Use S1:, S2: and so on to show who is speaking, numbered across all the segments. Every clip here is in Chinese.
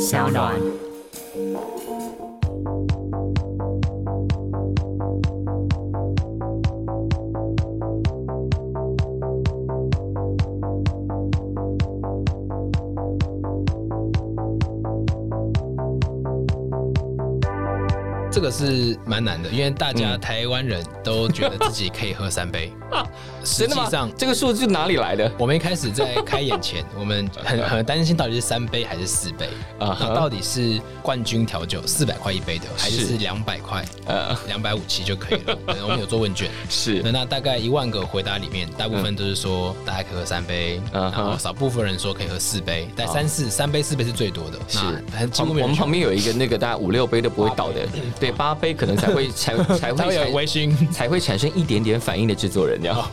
S1: 小暖。
S2: 这个是蛮难的，因为大
S3: 嗯
S2: 家台湾人都觉得自己可以喝三 杯，实
S3: 啊真
S2: 际
S3: 的
S2: 上
S3: 吗？这个数字哪里来的？
S2: 我们一开始在开演前，我们很 很担心到底是三杯还是四杯
S3: 啊
S2: 啊
S3: 哈
S2: 到底是冠军调酒四百块一杯的，还
S3: 是
S2: 是两百块、
S3: 呃，
S2: 两百五七就可以 了？我们有做问卷。
S3: 是
S2: 那大概一万个回答里面，大部分都是说大家可以喝三杯，
S3: 嗯
S2: 然
S3: 哼
S2: 后少部分人说可以喝四杯，但三四三杯四杯是最多的。
S3: 是
S2: 那但几
S3: 我
S2: 乎没有
S3: 们我
S2: 人
S3: 们
S2: 去
S3: 旁边有一个那个大概五六杯都不会倒的，对，八杯可能才 会才才
S2: 才
S3: 会
S2: 会有哦
S3: 产
S2: 微醺。
S3: 才会产生一点点反应的制作人这样。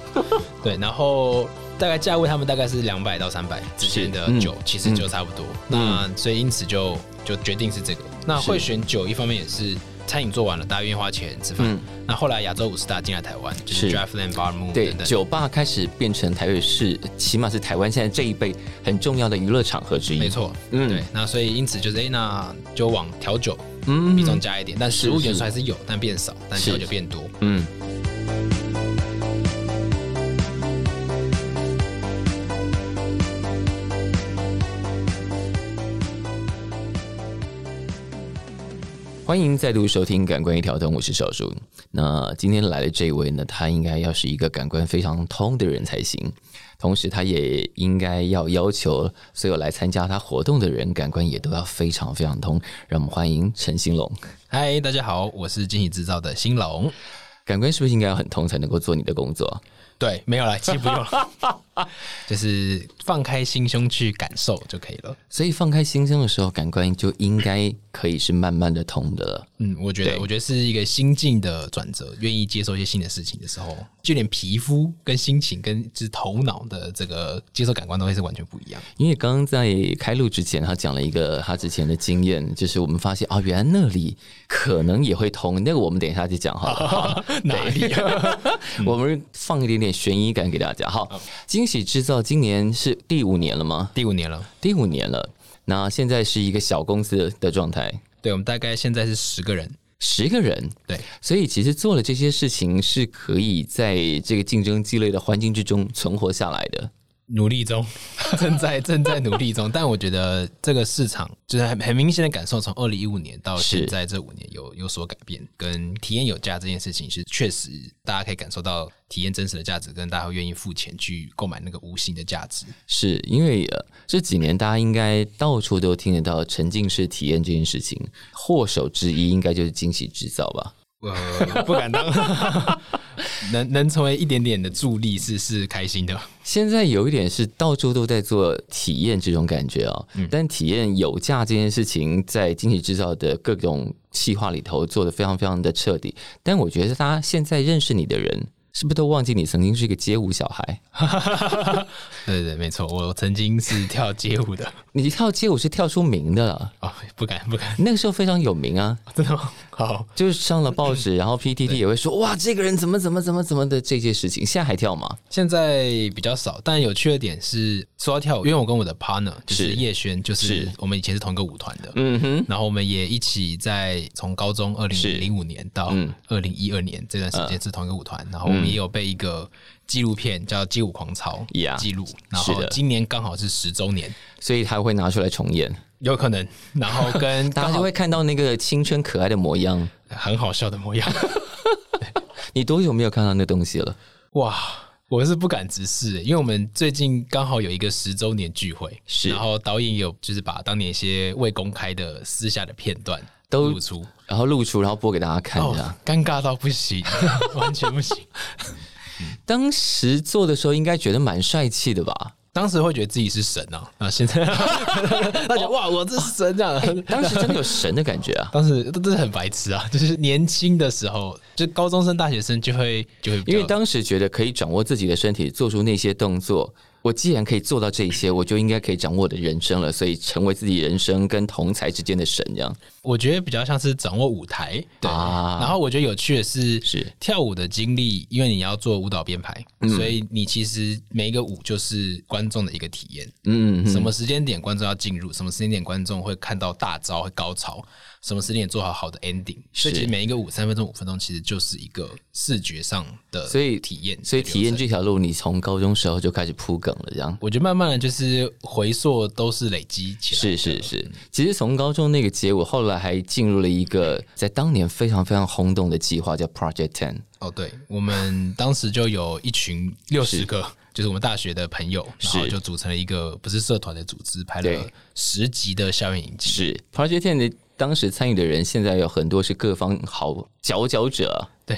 S2: 对，然后大概价位他们大概是两百到三百之间的
S3: 是嗯
S2: 酒，其实就差不多。那所以因此就就决定是这个。那会选酒，一方面也是餐饮做完了，大家愿意花钱吃饭。
S3: 嗯
S2: 那后来亚洲五十大进来台湾，就是是 Draftland Bar Moon
S3: 对，
S2: 等等。
S3: 酒吧开始变成台北市，起码是台湾现在这一辈很重要的娱乐场合之一。
S2: 没，错，
S3: 嗯
S2: 对，那所以因此就是，哎、那就往调酒
S3: 嗯
S2: 比重加一点，但食物
S3: 是
S2: 元素还是有，但变少，但
S3: 是
S2: 调酒变多。
S3: 嗯，欢迎再度收听《感官一条通》，我是小叔。那今天来的这位呢，他应该要是一个感官非常通的人才行，同时他也应该要要求所有来参加他活动的人，感官也都要非常非常通。让我们欢迎陈兴龙。
S2: 嗨，大家好，我是惊喜制造的兴隆。
S3: 感官是不是应该要很通才能够做你的工作？
S2: 对，没有了，其实不用 了，就是放开心胸去感受就可以了。
S3: 所以放开心胸的时候，感官就应该可以是慢慢的通的了。
S2: 嗯，我觉得，我觉得是一个心境的转折，愿意接受一些新的事情的时候，就连皮肤跟心情跟之头脑的这个接受感官都会是完全不 一样。
S3: 因为刚刚在开录之前，他讲了一个他之前的经验，就是我们发现哦，原来那里可能也会通。那个我们等一下再讲好了。好
S2: 哪里、啊
S3: 我们放一点点悬疑感给大家。好，惊喜制造今年是第五年了吗？
S2: 第五年了，
S3: 第五年了。那现在是一个小公司的状态，
S2: 对我们大概现在是十个人，
S3: 十个人，
S2: 对，
S3: 所以其实做了这些事情是可以在这个竞争激烈的环境之中存活下来的。
S2: 努力中，正在正在努力中。但我觉得这个市场就是很很明显的感受，从二零一五年到
S3: 是
S2: 现在这五年有有所改变，跟体验有价这件事情是确实大家可以感受到体验真实的价值，跟大家会愿意付钱去购买那个无形的价值。
S3: 是因为、呃、这几年大家应该到处都听得到沉浸式体验这件事情，祸首之一应该就是惊喜制造吧。
S2: 呃，不敢当， 能能成为一点点的助力是是开心的。
S3: 现在有一点是到处都在做体验这种感觉哦，但体验有价这件事情，在惊喜制造的各种企划里头做的非常非常的彻底。但我觉得大家现在认识你的人，是不是都忘记你曾经是一个街舞小孩？
S2: 对对，没错，我曾经是跳街舞的
S3: 你跳街舞是跳出名的了，
S2: 哦，不敢不敢，
S3: 那个时候非常有名啊，
S2: 真的吗？好，
S3: 就是上了报
S2: 嗯
S3: 纸，然后 PTT 也会说哇，这个人怎么怎么怎么怎么的这些事情，现在还跳吗？
S2: 现在比较少，但有趣的点是说到跳舞，因为我跟我的 partner 就是
S3: 是
S2: 叶轩，就是
S3: 是
S2: 我们以前是同一个舞团的，
S3: 嗯哼，
S2: 然后我们也一起在从高中二零零五年到
S3: 嗯
S2: 二零一二年这段时间是同一个舞团，然后我们也有被一个纪录片叫《街舞狂潮
S3: Yeah，》
S2: 记录，然
S3: 是
S2: 后
S3: 的
S2: 今年刚好是十周年，
S3: 所以他会拿出来重演，
S2: 有可能，然后 跟
S3: 大家
S2: 刚
S3: 就
S2: 好
S3: 会看到那个青春可爱的模样。
S2: 很好笑的模样，
S3: 你多久没有看到那东西了？
S2: 哇！我是不敢直视，欸因为我们最近刚好有一个十周年聚会，
S3: 是
S2: 然后导演也有就是把当年一些未公开的私下的片段
S3: 都
S2: 露出，
S3: 然后露出，然后播给大家看啊这样。
S2: 哦，尴尬到不行， 完全不行。
S3: 当时做的时候应该觉得蛮帅气的 吧？
S2: 当时会觉得自己是神啊，啊，现 在大家哇，我这是神这
S3: 哦
S2: 样。
S3: 当时真的有神的感觉啊！
S2: 当时真的很白痴啊，就是年轻的时候，就高中生、大学生就会就会比较，
S3: 因为当时觉得可以掌握自己的身体，做出那些动作，我既然可以做到这一些，我就应该可以掌握我的人生了，所以成为自己人生跟同才之间的神这样。
S2: 我觉得比较像是掌握舞台，对。
S3: 啊
S2: 然后我觉得有趣的是，
S3: 是嗯
S2: 跳舞的经历，因为你要做舞蹈编排，所以你其实每一个舞就是观众的一个体验。
S3: 嗯，嗯
S2: 什么时间点观众要进入，什么时间点观众会看到大招会高潮，什么时间点做好好的 ending。所以其实每一个舞三分钟、五分钟，其实就是一个视觉上的
S3: 所以
S2: 体验，
S3: 所以体验
S2: 流程。
S3: 这条路，你从高中时候就开始铺梗了，这样。
S2: 我觉得慢慢的就是回溯都是累积起来的，
S3: 是是是，其实从高中那个节，我后来还进入了一个在当年非常非常轰动的计划，叫 Project Ten。
S2: 哦，对，我们当时就有一群六十个，就是我们大学的朋友，然后
S3: 是
S2: 就组成了一个不是社团的组织，拍了
S3: 对
S2: 十集的校园影集。
S3: 是 Project Ten 的当时参与的人，现在有很多是各方好佼佼者。
S2: 对，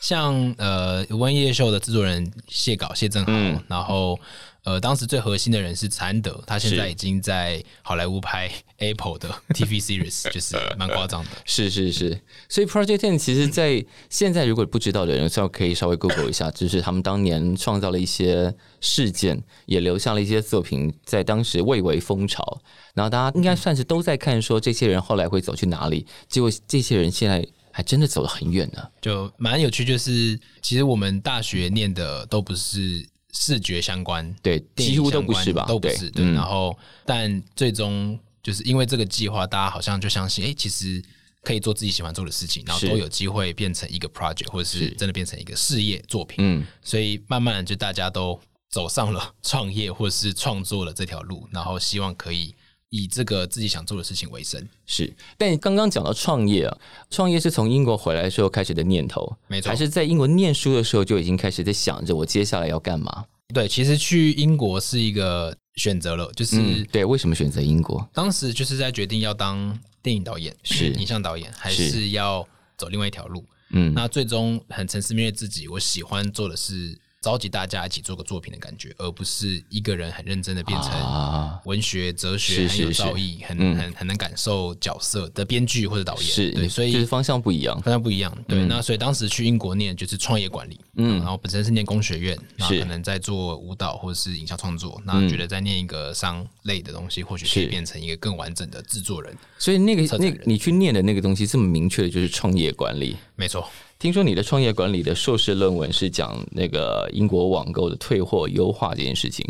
S2: 像呃《文夜秀》的制作人谢稿谢正豪，然后呃当时最核心的人是查安德，他现在
S3: 是
S2: 已经在好莱坞拍 Apple 的 TV series，就是蛮夸张的。
S3: 是是是，所以 Project Ten 其
S2: 嗯
S3: 实，在现在如果不知道的人，稍微可以稍微 Google 一下，就是他们当年创造了一些事件，也留下了一些作品，在当时蔚为风潮。然后大家
S2: 嗯
S3: 应该算是都在看，说这些人后来会走去哪里。结果这些人现在还真的走得很远呢。
S2: 就蛮有趣，就是其实我们大学念的都不是视觉相关，
S3: 对
S2: 电影
S3: 几乎都
S2: 相关
S3: 不是吧
S2: 都不
S3: 对
S2: 是。对，啊
S3: 嗯
S2: 然后但最终就是因为这个计划，大家好像就相信，哎、其实可以做自己喜欢做的事情，然后
S3: 是
S2: 都有机会变成一个 project，或者是真的变成一个事业作品。
S3: 嗯，
S2: 所以慢慢地就大家都走上了创业或是创作了这条路，然后希望可以以这个自己想做的事情为生。
S3: 是。但你刚刚讲到创业啊，创业是从英国回来的时候开始的念头，
S2: 没错
S3: 还是在英国念书的时候就已经开始在想着我接下来要干嘛？
S2: 对，其实去英国是一个选择了，就是、
S3: 嗯，对，为什么选择英国？
S2: 当时就是在决定要当电影导演、
S3: 是
S2: 影像导演，还
S3: 是
S2: 是要走另外一条路。
S3: 嗯，
S2: 那最终很诚实面对自己，我喜欢做的是召集大家一起做个作品的感觉，而不是一个人很认真的变成
S3: 啊，
S2: 文学、哲学
S3: 是
S2: 很有
S3: 是是
S2: 造诣、很
S3: 嗯
S2: 很很能感受角色的编剧或者导演。
S3: 是，
S2: 对，所以
S3: 就是方向不一样。
S2: 非常不一样。
S3: 嗯
S2: 对，那所以当时去英国念就是创业管理，嗯，然后本身是念工学院，那
S3: 是嗯
S2: 可能在做舞蹈或者是影像创作，那觉得在念一个商类的东西，或许可以
S3: 是
S2: 变成一个更完整的制作人。
S3: 所以那个
S2: 策展
S3: 那
S2: 人
S3: 个你去念的那个东西，这么明确的就是创业管理。
S2: 没错，
S3: 听说你的创业管理的硕士论文是讲那个英国网购的退货优化这件事情，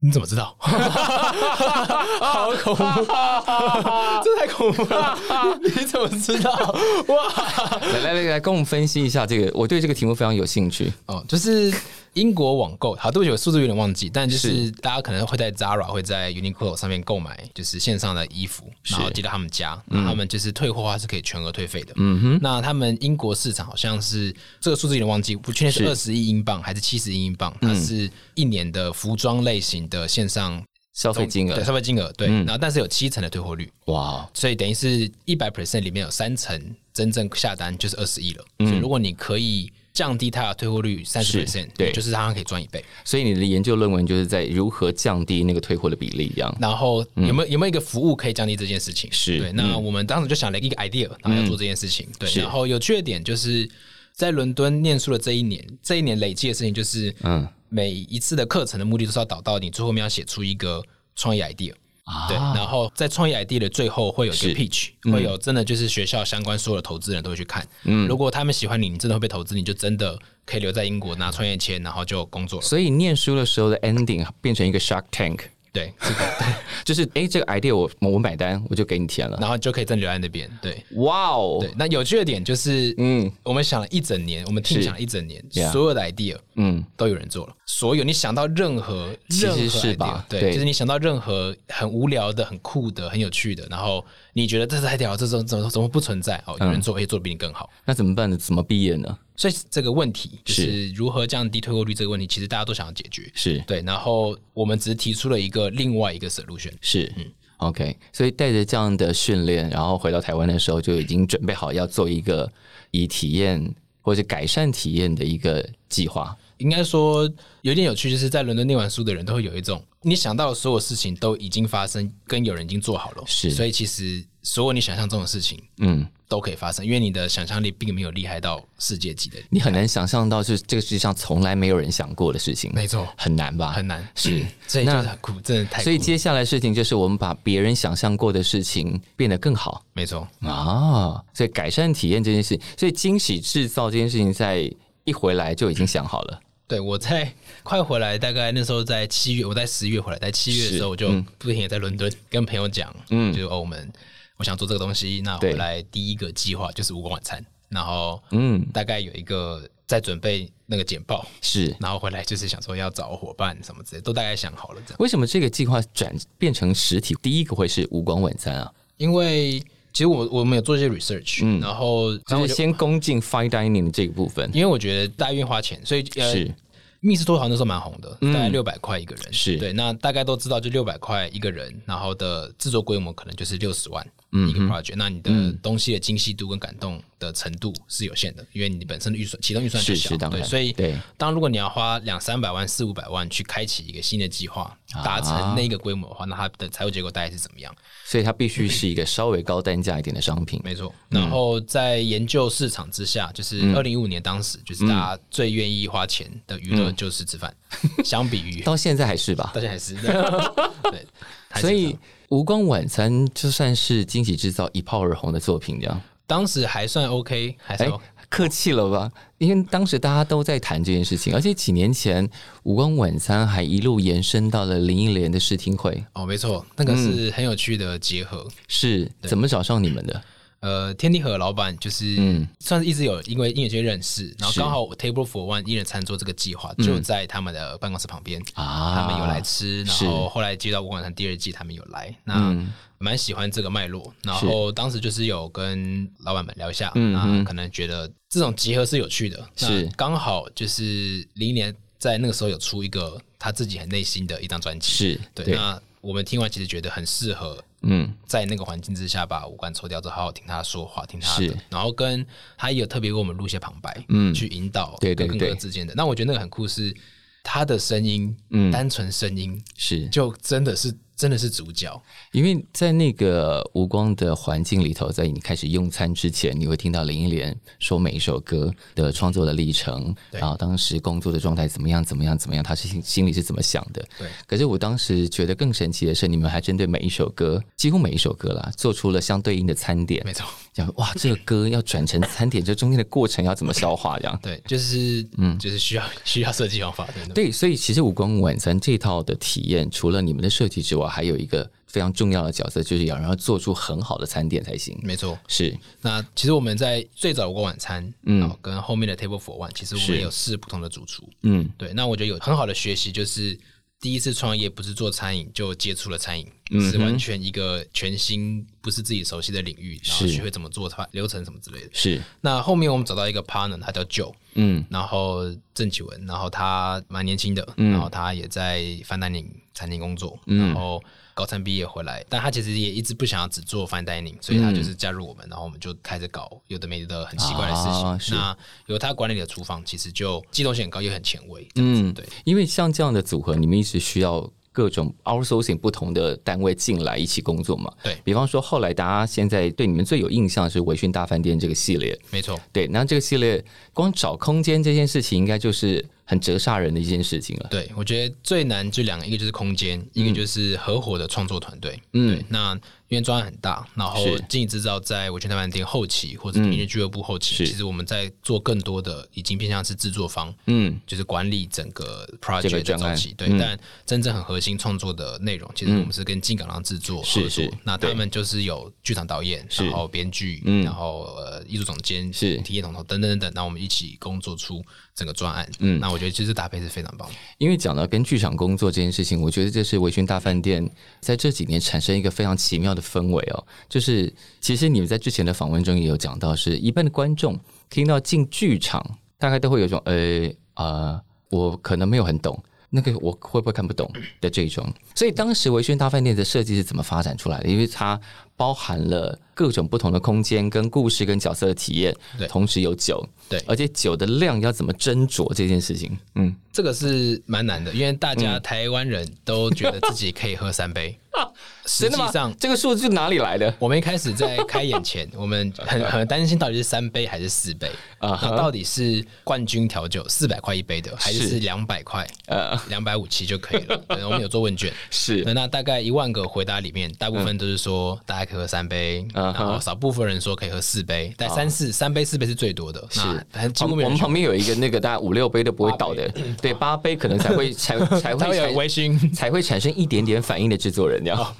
S2: 你怎么知 道？ 好恐怖， 这太恐怖了！你怎么知道？
S3: 来来来来，跟我们分析一下这个，我对这个题目非常有兴趣。
S2: 哦，就是英国网购，好，对不起，我数字有点忘记，但就是
S3: 是
S2: 大家可能会在 Zara 会在 Uniqlo 上面购买，就是线上的衣服，然后寄到他们家，那他们就是退货的话是可以全额退费的。嗯哼，那他们英国市场好像是这个数字有点忘记，不确定是二嗯十亿英镑还是七十亿英镑，它是一年的服装类型的线上
S3: 消费金额
S2: 对，消费金额嗯对，然后但是有七成的退货率，
S3: 哇，
S2: 所以等于是一百 percent 里面有三层真正下单就是二十亿了。所以如果你可以降低它的退货率三十 percent，
S3: 对
S2: 就是让它可以赚一倍。
S3: 所以你的研究论文就是在如何降低那个退货的比例，一样。
S2: 然后有没有、有没有一个服务可以降低这件事情？
S3: 嗯是嗯
S2: 对。那我们当时就想了一个 idea，然后要做这件事情。对。
S3: 是
S2: 然后有趣的点就是在伦敦念书的这一年，这一年累积的事情就是，嗯，每一次的课程的目的都是要导到你最后面要写出一个创意 idea。
S3: 啊
S2: 对，然后在创业 ID 的最后会有一个
S3: 是嗯
S2: pitch，、会有真的就是学校相关所有的投资人都会去看。嗯，如果他们喜欢你，你真的会被投资，你就真的可以留在英国拿创业签，然后就工作了。
S3: 所以念书的时候的 ending 变成一个 Shark Tank，
S2: 对，是的
S3: 就是哎、诶这个 idea 我我买单，我就给你填了。
S2: 然后就可以真的留在那边。对
S3: 哇哦，
S2: 对，那有趣的点就是，嗯
S3: 嗯，
S2: 我们想了一整年，我们 team
S3: 是
S2: 想了一整年，
S3: Yeah
S2: 所有的 idea，
S3: 嗯，
S2: 都有人做了，所有你想到任何
S3: 其实
S2: 任何
S3: 是
S2: idea，
S3: 吧
S2: 对，
S3: 对
S2: 就是你想到任何很无聊的、很酷的、很有趣的，然后你觉得这是太屌了，这种怎么怎么不存在
S3: 嗯
S2: 哦？有人做，而且做的比你更好。
S3: 那怎么办呢？怎么毕业呢？
S2: 所以这个问题就是是如何降低退货率这个问题，其实大家都想要解决。
S3: 是
S2: 对，然后我们只是提出了一个另外一个 solution。
S3: 是，OK。所嗯以带着这样的训练，然后回到台湾的时候，就已经准备好要做一个以体验或者改善体验的一个计划。
S2: 应该说有点有趣，就是在伦敦念完书的人都会有一种，你想到的所有事情都已经发生，跟有人已经做好了，
S3: 是
S2: 所以其实所有你想象中的事情
S3: 嗯，
S2: 都可以发生，因为你的想象力并没有厉害到世界级的。
S3: 你很难想象到，就是这个世界上从来没有人想过的事情，
S2: 没错
S3: 很难吧？
S2: 很难，是，所以就是很酷，真的太酷了。
S3: 所以接下来事情就是我们把别人想象过的事情变得更好
S2: 没错，
S3: 啊，所以改善体验这件事，所以惊喜制造这件事情，在一回来就已经想好了。
S2: 对我在快回来，大概那时候在七月，我在十月回来，在七月的时候，我就
S3: 嗯
S2: 不停也在伦敦跟朋友讲，嗯，就是哦，我们我想做这个东西，那
S3: 对
S2: 回来第一个计划就是无光晚餐，然后
S3: 嗯，
S2: 大概有一个在准备那个简报，
S3: 是
S2: 然后回来就是想说要找伙伴什么之类，都大概想好了这样。
S3: 为什么这个计划转变成实体，第一个会是无光晚餐啊？
S2: 因为其实我我们有做一些 research，、然后然后
S3: 就
S2: 我
S3: 嗯是
S2: 就
S3: 先攻进 fine dining 的这个部分，
S2: 因为我觉得大家愿意花钱，所以呃，
S3: 是
S2: 密室脱逃那时候蛮红的，大概六百块一个人，
S3: 嗯是
S2: 对。那大概都知道，就六百块一个人，然后的制作规模可能就是六十万
S3: 嗯
S2: 一个 project、那你的东西的精细度跟感动的程度是有限的，因为你本身的预算启动预算就是小，
S3: 是当然
S2: 对。所以
S3: 对
S2: 当如果你要花两三百万、四五百万去开启一个新的计划，
S3: 啊
S2: 达成那个规模的话，那它的财务结构大概是怎么样？
S3: 所以它必须是一个稍微高单价一点的商品。
S2: 没错。
S3: 嗯
S2: 然后在研究市场之下，就是二零一五年当时，
S3: 嗯
S2: 就是大家最愿意花钱的娱乐就是吃饭，相比于
S3: 到现在还是 吧
S2: 大，家还是对，还是
S3: 所
S2: 这
S3: 以
S2: 样
S3: 无光晚餐就算是惊喜制造一炮而红的作品，这样。
S2: 当时还算 OK，还
S3: 哎
S2: 算 OK，、，
S3: 客气了吧？因为当时大家都在谈这件事情，而且几年前无光晚餐还一路延伸到了林忆莲的试听会，
S2: 哦，没错，那个
S3: 嗯
S2: 是很有趣的结合。
S3: 是怎么找上你们的？
S2: 呃，天地河老板就是、
S3: 嗯
S2: 算是一直有因为音乐界认识，然后刚好 Table for One 一人餐桌这个计划
S3: 嗯
S2: 就在他们的办公室旁边
S3: 啊
S2: 他们有来吃，然
S3: 是嗯
S2: 后后来接到《我晚餐》第二季，他们有来，那蛮喜欢这个脉络。然后当时就是有跟老板们聊一下，那可能觉得这种集合是有趣的，那
S3: 嗯是
S2: 刚好就是零一年在那个时候有出一个他自己很内心的一张专辑，
S3: 是
S2: 对。
S3: 对
S2: 那我们听完其实觉得很适合
S3: 嗯，
S2: 在那个环境之下把五官抽掉之后，好好听他说话，听他的
S3: 是，
S2: 然后跟他也有特别为我们录一些旁白，嗯，去引导
S3: 对对
S2: 各
S3: 对
S2: 个之间的。那我觉得那个很酷是他的声音，嗯，单纯声音
S3: 是
S2: 就真的是真的是主角，
S3: 因为在那个无光的环境里头，在你开始用餐之前，你会听到林忆莲说每一首歌的创作的历程，然后当时工作的状态怎么样，怎么样，怎么样，他是心心里是怎么想的。
S2: 对。
S3: 可是我当时觉得更神奇的是，你们还针对每一首歌，几乎每一首歌啦，做出了相对应的餐点
S2: 没。错，
S3: 讲哇，这个歌要转成餐点，这中间的过程要怎么消化？这样
S2: 对，就是嗯，就是需要需要设计方法，真的。
S3: 对，所以其实五光晚餐这套的体验，除了你们的设计之外，还有一个非常重要的角色，就是要让它做出很好的餐点才行。
S2: 没错，
S3: 是
S2: 那其实我们在最早有个晚餐，嗯，跟后面的 Table for One，其实我们有试不同的主厨，
S3: 嗯，
S2: 对。那我觉得有很好的学习，就是第一次创业不是做餐饮，就接触了餐饮，
S3: 嗯
S2: 是完全一个全新不是自己熟悉的领域，然后
S3: 是
S2: 学会怎么做它流程什么之类的。
S3: 是，
S2: 那后面我们找到一个 partner，他叫 Joe，
S3: 嗯，
S2: 然后郑启文，然后他蛮年轻的，
S3: 嗯
S2: 然后他也在范丹宁餐厅工作，然后高三毕业回来，但他其实也一直不想要只做范丹宁，所以他就是加入我们，然后我们就开始搞有的没的很奇怪的事情。
S3: 嗯啊是
S2: 那由他管理的厨房，其实就机动性很高，又很前卫，这样子、对。
S3: 因为像这样的组合，你们一直需要各种 outsourcing 不同的单位进来一起工作嘛？
S2: 对
S3: 比方说，后来大家现在对你们最有印象是维讯大饭店这个系列，
S2: 没错，
S3: 对，那这个系列光找空间这件事情，应该就是很折煞人的一件事情了。
S2: 对我觉得最难就两个，一个就是空间，一个就是合伙的创作团队。
S3: 嗯
S2: 对，那因为专案很大，然后
S3: 是嗯
S2: 经营制造在维权大饭店后期或者明日俱乐部后期，
S3: 是
S2: 其实我们在做更多的已经偏向是制作方，
S3: 嗯，
S2: 就是管理整个
S3: 这个
S2: project 的
S3: 专案嗯
S2: 周期。对，但真正很核心创作的内容，其实我们是跟进港浪制作合作。
S3: 是是
S2: 那他们就是有剧场导演，然后编剧，然后呃艺术总监
S3: 嗯是
S2: 体验统筹等等等等，那我们一起工作出整个专案。嗯，那我觉得其实搭配是非常棒的。
S3: 因为讲到跟剧场工作这件事情，我觉得这是维讯大饭店在这几年产生一个非常奇妙的氛围哦。就是其实你们在之前的访问中也有讲到是，一般的观众听到进剧场，大概都会有一种呃呃，我可能没有很懂。那个我会不会看不懂的这种，所以当时维轩大饭店的设计是怎么发展出来的？因为它包含了各种不同的空间、跟故事、跟角色的体验
S2: 对，
S3: 同时有酒，
S2: 对
S3: 而且酒的量要怎么斟酌这件事情，嗯，
S2: 这个是蛮难的，因为大家台湾人都觉得自己可以喝三 杯，实
S3: 啊真
S2: 际
S3: 的吗
S2: 上。
S3: 这个数字哪里来的？
S2: 我们一开始在开演前，我们很很担心到底是三杯还是四杯
S3: 啊
S2: 啊
S3: 哈
S2: 到底是冠军调酒四百块一杯的，还
S3: 是
S2: 是是两百块、
S3: 呃，
S2: 两百五七就可以 了？对我们有做问卷，
S3: 是
S2: 对，那大概一万个回答里面，大部分都是说大家可以喝三杯，
S3: 嗯
S2: 然
S3: 哼
S2: 后少部分人说可以喝四杯，但三四三杯四杯是最多的，
S3: 是
S2: 那但几
S3: 旁
S2: 乎没有
S3: 我
S2: 人
S3: 们
S2: 去
S3: 旁边有一个那个大概五六杯都不会倒的， 对，八杯可能 才会才才
S2: 才
S3: 会
S2: 嗯会有微哦醺。
S3: 才会产生一点点反应的制作人，这样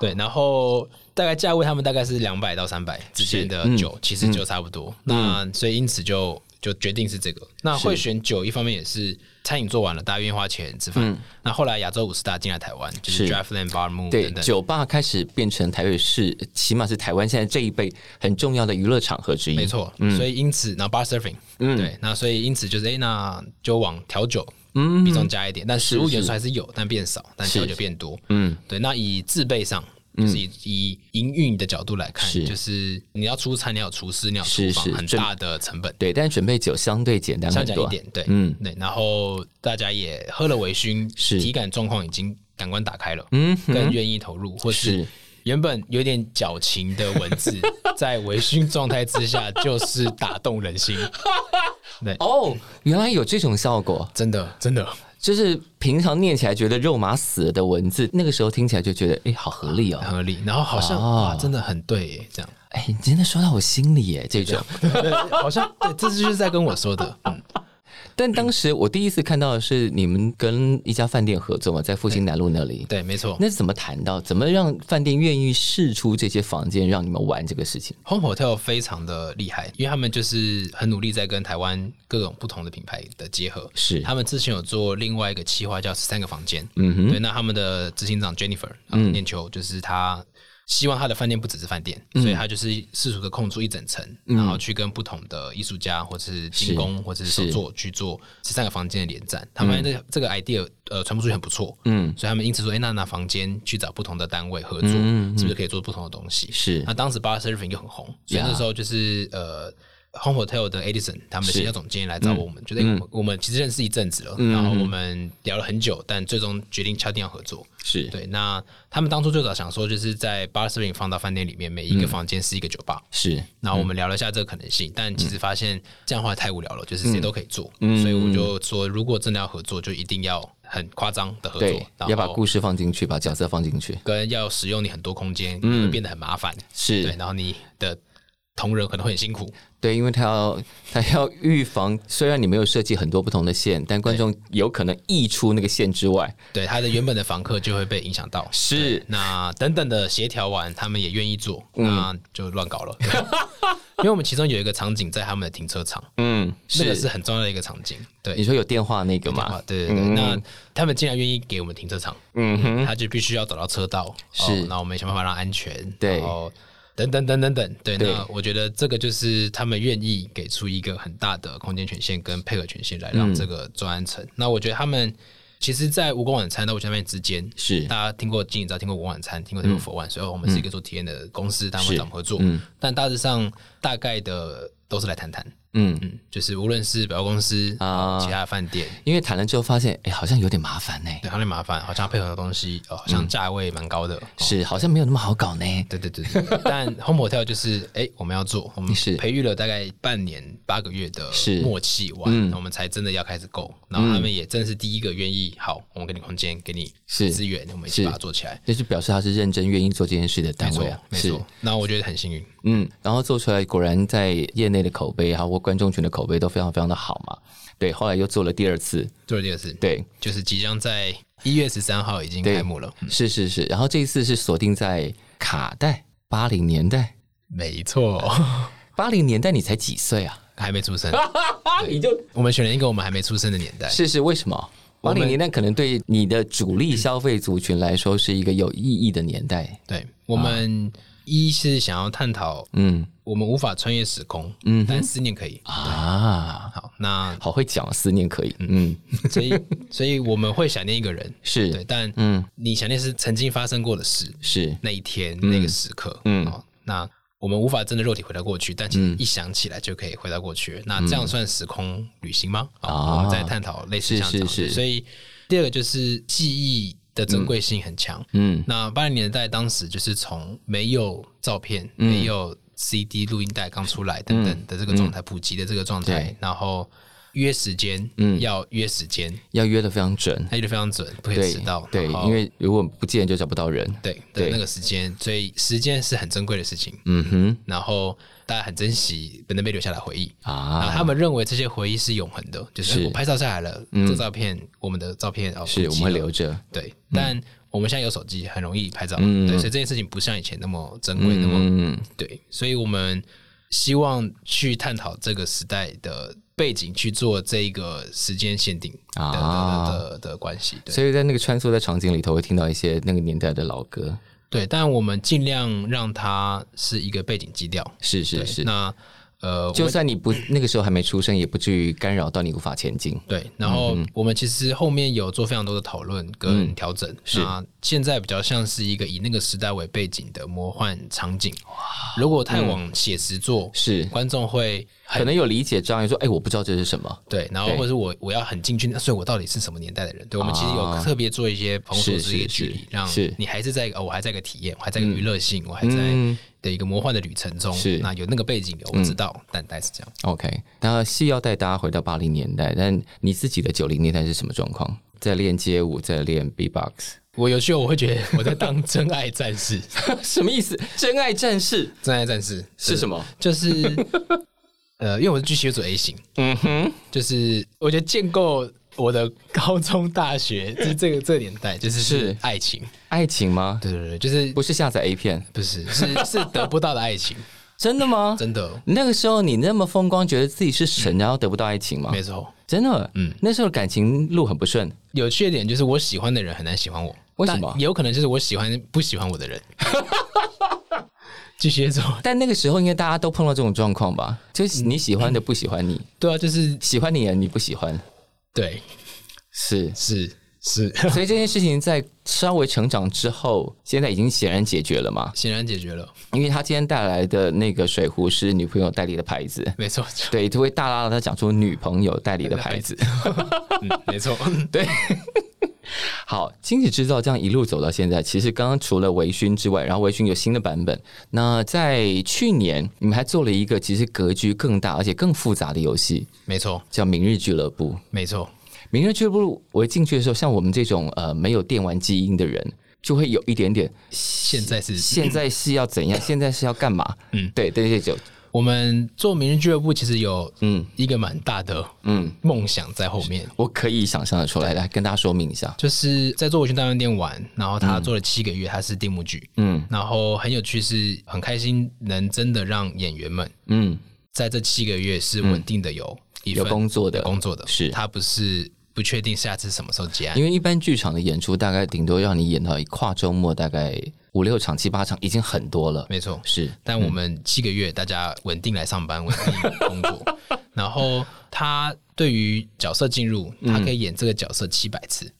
S2: 对，然后大概价位他们大概是两百到三百之间的酒，其实就差不多。那所以因此就就决定是这个。那会选酒，一方面也是餐饮做完了，大家愿意花钱吃饭。那后来亚洲五十大进来台湾，就是是 Draftland Bar Moon
S3: 对
S2: 等，等。
S3: 酒吧开始变成台北市，起码是台湾现在这一辈很重要的娱乐场合之一。
S2: 没，错，所以因此，然后 bar surfing，对，那所以因此就是，哎、那就往调酒，比重加一点，但食物元素还是有，但变少，但调酒变多，嗯，对。那以制备上，就是以、以营运的角度来看，
S3: 是
S2: 就是你要出餐，你要有厨师，你要有厨
S3: 是
S2: 房，
S3: 是
S2: 很
S3: 准
S2: 大的成本。
S3: 对，但是准备酒相对简单
S2: 下
S3: 很
S2: 讲
S3: 多
S2: 一
S3: 啊。
S2: 点，对，嗯，对，然后大家也喝了微醺，
S3: 是
S2: 体感状况已经感官打开了，嗯，更愿意投入，或
S3: 是
S2: 是原本有点矫情的文字，在微醺状态之下就是打动人心，
S3: 哦，原来有这种效果，
S2: 真的，真的，
S3: 就是平常念起来觉得肉麻死了的文字，那个时候听起来就觉得，哎、好合理哦
S2: 很。合理。然后好像
S3: 哦
S2: 哇，真的很对耶，这样，
S3: 哎、你真的说到我心里耶，这种。
S2: 对好像对，这就是在跟我说的，嗯，
S3: 但当时我第一次看到的是你们跟一家饭店合作嘛，在复兴南路那里。
S2: 对，没错。
S3: 那怎么谈到？怎么让饭店愿意试出这些房间让你们玩这个事情？
S2: Home Hotel 非常的厉害，因为他们就是很努力在跟台湾各种不同的品牌的结合。
S3: 是
S2: 他们之前有做另外一个企划叫“十三个房间”，嗯哼，对。那他们的执行长 Jennifer 啊、念球，就是他希望他的饭店不只是饭店，所以他就是试图的空出一整层，然后去跟不同的艺术家或嗯是精工或是手作去做十三个房间的连战。他们这这个 idea 呃传播出去很不错，嗯，所以他们因此说，哎、那拿房间去找不同的单位合作，是不是可以做不同的东西？
S3: 是
S2: 那当时 Bar Surfing 又很红，所以那时候就是呃，Home Hotel 的 Edison 他们的行销总监来找我们，觉得诶我们我们其实认识一阵子了，
S3: 嗯
S2: 然后我们聊了很久，但最终决定敲定要合作。
S3: 是
S2: 对，那他们当初最早想说，就是在 Bar Surfing 放到饭店里面，每一个房间是一个酒吧。
S3: 是，
S2: 然后我们聊了一下这个可能性，但其实发现这样的话太无聊了，就是谁都可以做，
S3: 嗯
S2: 所以我就说，如果真的要合作，就一定要很夸张的合作
S3: 对，，
S2: 然后
S3: 要把故事放进去，把角色放进去。
S2: 跟要使用你很多空间，嗯，变得很麻烦，
S3: 是
S2: 对，然后你的同仁可能会很辛苦，
S3: 对，因为他要 他要预防，虽然你没有设计很多不同的线，但观众有可能溢出那个线之外。
S2: 对他的原本的房客就会被影响到。
S3: 是
S2: 那等等的协调完，他们也愿意做，
S3: 嗯
S2: 那就乱搞了。 对因为我们其中有一个场景在他们的停车场，
S3: 嗯，
S2: 那个
S3: 是。
S2: 是很重要的一个场景。
S3: 你
S2: 对，
S3: 说有电话那个嘛
S2: 啊？，对对对。
S3: 嗯
S2: 那他们既然愿意给我们停车场，嗯哼，他就必须要找到车道，
S3: 是
S2: 哦那我们想办法让安全，
S3: 对
S2: 然后等等等等等，对。
S3: 对
S2: 那我觉得这个就是他们愿意给出一个很大的空间权限跟配合权限来
S3: 嗯
S2: 让这个专案成。那我觉得他们。其实，在无光晚餐到我下面之间，
S3: 是嗯
S2: 大家听过经营者，听过无光晚餐，听过听过佛晚，所以我们是一个做体验的公司，他们会找我们合作。但大致上，大概的都是来谈谈，
S3: 嗯，
S2: 嗯，就是无论是百货公司
S3: 啊
S2: 啊、其他的饭店，
S3: 因为谈了之后发现，哎，好像有点麻烦呢、
S2: 对，好像麻烦，好像配合的东西，哦，好像价位蛮高的。哦
S3: 嗯是，好像没有那么好搞呢。
S2: 对对对对，对 但 Home Hotel 就是，哎，我们要做，我们
S3: 是
S2: 培育了大概半年八个月的
S3: 是嗯
S2: 默契完，我们才真的要开始购。然后他们也真是第一个愿意，好，我们给你空间，给你
S3: 是
S2: 资源，我们一起
S3: 是
S2: 把它做起来。
S3: 就是表示他是认真愿意做这件事的单
S2: 没
S3: 位
S2: 错
S3: 啊，，
S2: 没
S3: 是
S2: 错。那我觉得很幸运，
S3: 嗯，然后做出来果然在业内的口碑，还有观众群的口碑都非常非常的好嘛。对，后来又做了第二次，
S2: 做了第二次，，
S3: 对，
S2: 就是即将在一月十三号已经
S3: 对嗯
S2: 开幕了。
S3: 是是是。然后这一次是锁定在卡带八零年代，
S2: 没错，
S3: 八零年代你才几岁啊？
S2: 还没出生，
S3: 你就
S2: 我们选了一个我们还没出生的年代。
S3: 是是为什么？
S2: 哎
S3: 八
S2: 我
S3: 零
S2: 们
S3: 年代可能对你的主力消费族群来说是一个有意义的年代，
S2: 对我们
S3: 啊
S2: 一是想要探讨
S3: 嗯
S2: 我们无法穿越时空，
S3: 嗯哼
S2: 但思念可以。
S3: 啊，
S2: 好，那
S3: 好会讲，思念可以，嗯，
S2: 所以所以我们会想念一个人，对，
S3: 是，
S2: 但
S3: 嗯，
S2: 你想念是曾经发生过的事，
S3: 是，
S2: 那一天那个时刻，
S3: 嗯
S2: 嗯，哦、那我们无法真的肉体回到过去，但其实一想起来就可以回到过去，那这样算时空旅行吗？啊、
S3: 嗯啊
S2: 我们在探讨类似像这样
S3: 是是是
S2: 所以第二个就是记忆的珍贵性很强。
S3: 嗯
S2: 那八零年代当时就是从没有照片、
S3: 嗯
S2: 没有 CD 录音带刚出来等等的这个状态，普及的这个状态
S3: 嗯对，嗯
S2: 然后约时间，要约时间，
S3: 要约的非常准，
S2: 他约的非常准，不可以
S3: 对
S2: 迟到，，
S3: 对，
S2: 然后
S3: 因为如果不见就找不到人，
S2: 对
S3: 对
S2: 的那个时间，所以时间是很珍贵的事情。
S3: 嗯哼，
S2: 然后大家很珍惜本能被留下来的回忆。然后
S3: 啊，
S2: 他们认为这些回忆是永恒的，就是
S3: 是嗯
S2: 哎我拍照下来了，这个照片，我们的照片哦，
S3: 是我们会留嗯着，
S2: 对。但我们现在有手机，很容易拍照，对，所以这件事情不像以前那么珍贵，那么
S3: 嗯，
S2: 对。所以我们希望去探讨这个时代的背景，去做这一个时间限定的
S3: 啊
S2: 的的的的关系。对
S3: 所以在那个穿梭在场景里头，会听到一些那个年代的老歌，
S2: 对，但我们尽量让它是一个背景基调。
S3: 是是
S2: 对
S3: 是，
S2: 那呃，我
S3: 就算你不那个时候还没出生，也不至于干扰到你无法前进，
S2: 对，然后
S3: 嗯
S2: 我们其实后面有做非常多的讨论跟调整，
S3: 是
S2: 那现在比较像是一个以那个时代为背景的魔幻场景。如果太往写实做，
S3: 嗯是，
S2: 观众会
S3: 可
S2: 很
S3: 能有理解障碍，说，哎，我不知道这是什么，
S2: 对，然后
S3: 对
S2: 或者是我我要很进去，那所以我到底是什么年代的人？对我们其实有
S3: 啊
S2: 特别做一些朋友所
S3: 是
S2: 知的一个
S3: 是
S2: 距离
S3: 是，
S2: 让
S3: 是
S2: 你还是在一个哦，我还在一个体验，我还在一个娱乐性，我还
S3: 嗯
S2: 在的一个魔幻的旅程中。
S3: 是嗯
S2: 那有那个背景的，我知道，但大概是这样。
S3: OK，那戏要带大家回到八零年代，但你自己的九零年代是什么状况？在练街舞，在练 B-box，
S2: 我有时候我会觉得我在当真爱战士，
S3: 什么意思？真爱战士
S2: 真爱战士
S3: 是
S2: 么？
S3: 什么？
S2: 就是 呃，因为我是巨蟹座 A 型，
S3: 嗯哼，
S2: 就是我觉得建构我的高中、大学，就是这个这个年代，就是
S3: 是
S2: 是爱情，
S3: 爱情吗？
S2: 对对对，就是
S3: 不是下载 A 片，
S2: 不是是是得不到的爱情，
S3: 真的吗？
S2: 真的
S3: 那个时候你那么风光，觉得自己是神，然后得不到爱情吗？
S2: 没错。
S3: 真的，嗯，那时候感情路很不顺，
S2: 有趣的点就是我喜欢的人很难喜欢我，
S3: 为什么
S2: 但也有可能就是我喜欢不喜欢我的人。巨蟹座，
S3: 但那个时候应该大家都碰到这种状况吧？就是你喜欢的不喜欢你，
S2: 对啊， 就是
S3: 喜欢你的你不喜欢，
S2: 对，
S3: 是。
S2: 是是，
S3: 所以这件事情在稍微成长之后，现在已经显然解决了嘛？
S2: 显然解决了，
S3: 因为他今天带来的那个水壶是女朋友代理的牌子，
S2: 没错，
S3: 对，就会大大的讲出女朋友代理的牌子。
S2: 嗯没 错，
S3: 好，金子制造这样一路走到现在，其实刚刚除了微醺之外，然后微醺有新的版本。那在去年，你们还做了一个其实格局更大而且更复杂的游戏，
S2: 没错，
S3: 叫《明日俱乐部》。
S2: 没错，
S3: 明日俱乐部，我一进去的时候，像我们这种呃没有电玩基因的人，就会有一点点
S2: 现在是
S3: 现在是要怎样，现在是要干嘛？嗯，对，对对就
S2: 我们做明日俱乐部其实有
S3: 嗯
S2: 嗯一个蛮大的
S3: 嗯
S2: 嗯梦想在后面，
S3: 我可以想象的出来，来跟大家说明一下。
S2: 就是在做维权大饭店玩，然后他做了七个月，他是定目剧，
S3: 嗯
S2: 然后很有趣是很开心能真的让演员们
S3: 嗯，
S2: 在这七个月是稳定的有一份
S3: 有工作的
S2: 有工作的，
S3: 是
S2: 他不是不确定下次什么时候结案
S3: 因，为一般剧场的演出大概顶多让你演到一跨周末，大概五六场、七八场，已经很多了。
S2: 没错，
S3: 是，
S2: 但我们七个月大家稳定来上班，稳定工作，然后他对于角色进入，他可以演这个角色七百次。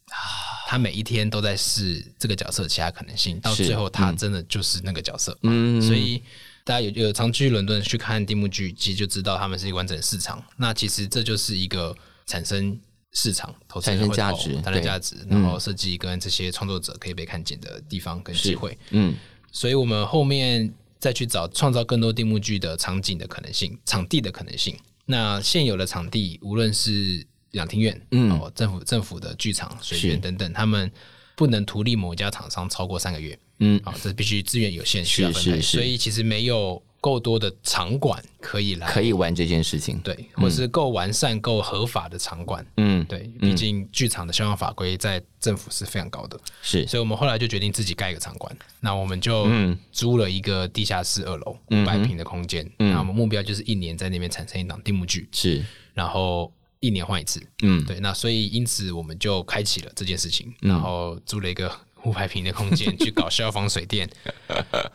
S2: 他每一天都在试这个角色的其他可能性，到
S3: 是
S2: 最后他真的就是那个角色。
S3: 嗯
S2: 所以大家有有常去伦敦去看地幕剧，其实就知道他们是一个完整的市场。那其实这就是一个产生市场、投资人
S3: 产生
S2: 会
S3: 价
S2: 投
S3: 值
S2: 产
S3: 对
S2: 生价值，然后设计跟这些创作者可以被看见的地方跟机会。
S3: 嗯，
S2: 所以我们后面再去找创造更多定目剧的场景的可能性、场地的可能性。那现有的场地，无论是两厅院、嗯、哦、政府政府的剧场、水
S3: 是
S2: 源等等，他们不能图利某一家厂商超过三个月。
S3: 嗯，
S2: 好、这必须资源有限，需要分配，
S3: 是是
S2: 所以其实没有够多的场馆可以来。
S3: 可以玩这件事情。，
S2: 对，或是够完善、够合法的场馆，
S3: 嗯，
S2: 对，毕竟剧场的消防法规在政府是非常高的。
S3: 是
S2: 所以我们后来就决定自己盖一个场馆。那我们就
S3: 嗯
S2: 租了一个地下室二楼五百平的空间，
S3: 嗯
S2: 那我们目标就是一年在那边产生一档定目剧，
S3: 是，
S2: 然后一年换一次。
S3: 嗯
S2: 对，那所以因此我们就开启了这件事情，然后租了一个五百平的空 间去搞消防水电，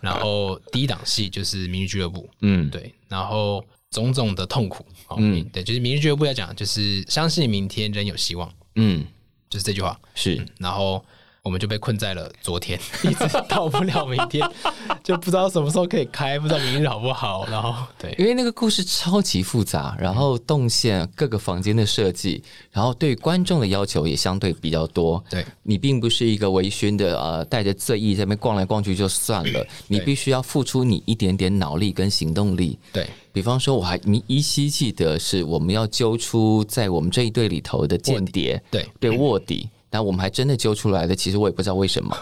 S2: 然后第一档戏就是民娱俱乐部，
S3: 嗯，
S2: 对，然后种种的痛苦，哦、嗯，对，就是民娱俱乐部要讲，就是相信明天仍有希望，
S3: 嗯，
S2: 就是这句话，
S3: 是
S2: 然后我们就被困在了昨天， 一直到不了明天， 就不知道什么时候可以开，不知道明日好不好，然后对
S3: 因为那个故事超级复杂，然后动线、各个房间的设计，然后对观众的要求也相对比较多。
S2: 对，
S3: 你并不是一个微醺的呃，带着醉意在那边逛来逛去就算了，你必须要付出你一点点脑力跟行动力。
S2: 对，
S3: 比方说，我还你依稀记得是我们要揪出在我们这一队里头的间谍，
S2: 对
S3: 对卧底，但我们还真的揪出来的，其实我也不知道为什 么。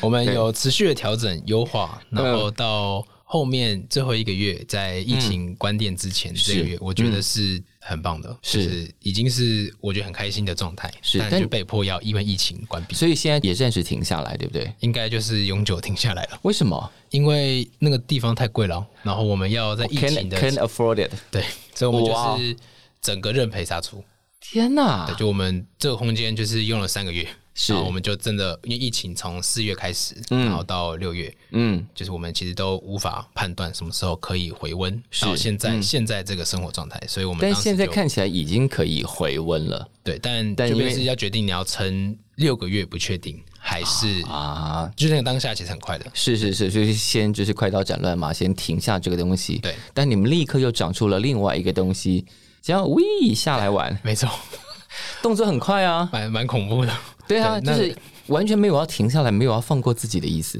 S2: 我们有持续的调整优化，然后到后面最后一个月，在疫情关店之前这个月，我觉得是很棒的，
S3: 嗯是
S2: 就是已经是我觉得很开心的状态，
S3: 是
S2: 但
S3: 但
S2: 就被迫要因为疫情关闭，
S3: 所以现在也暂时停下来，对不对？
S2: 应该就是永久停下来了，
S3: 为什么
S2: 因为那个地方太贵了，然后我们要在疫情
S3: can
S2: 的
S3: can afford it？
S2: 对，所以我们
S3: 哦哇
S2: 就是整个认赔杀出。
S3: 天哪
S2: 对，！就我们这个空间就是用了三个月，
S3: 是
S2: 然后我们就真的因为疫情从四月开始，然后到六月，
S3: 嗯，
S2: 就是我们其实都无法判断什么时候可以回温，到现在、现在这个生活状态，所以我们
S3: 嗯但
S2: 当时
S3: 现在
S2: 就
S3: 看起来已经可以回温了
S2: 对，但
S3: 但
S2: 就
S3: 因为
S2: 变成是要决定你要撑六个月不确定，还是、
S3: 啊！
S2: 就是那个当下其实很快的，
S3: 是是是，就是先就是快刀斩乱麻，先停下这个东西。
S2: 对，
S3: 但你们立刻又长出了另外一个东西，这样喂下来玩，
S2: 没错，
S3: 动作很快啊。
S2: 蛮蛮恐怖的，
S3: 对
S2: 对
S3: 啊，
S2: 那
S3: 就是完全没有要停下来，没有要放过自己的意思。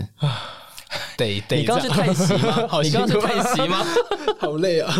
S2: 得得
S3: 你刚
S2: 这
S3: 是
S2: 样
S3: 叹息 吗？
S2: 好
S3: 你
S2: 辛
S3: 刚是
S2: 苦
S3: 叹息吗？
S2: 好累 啊，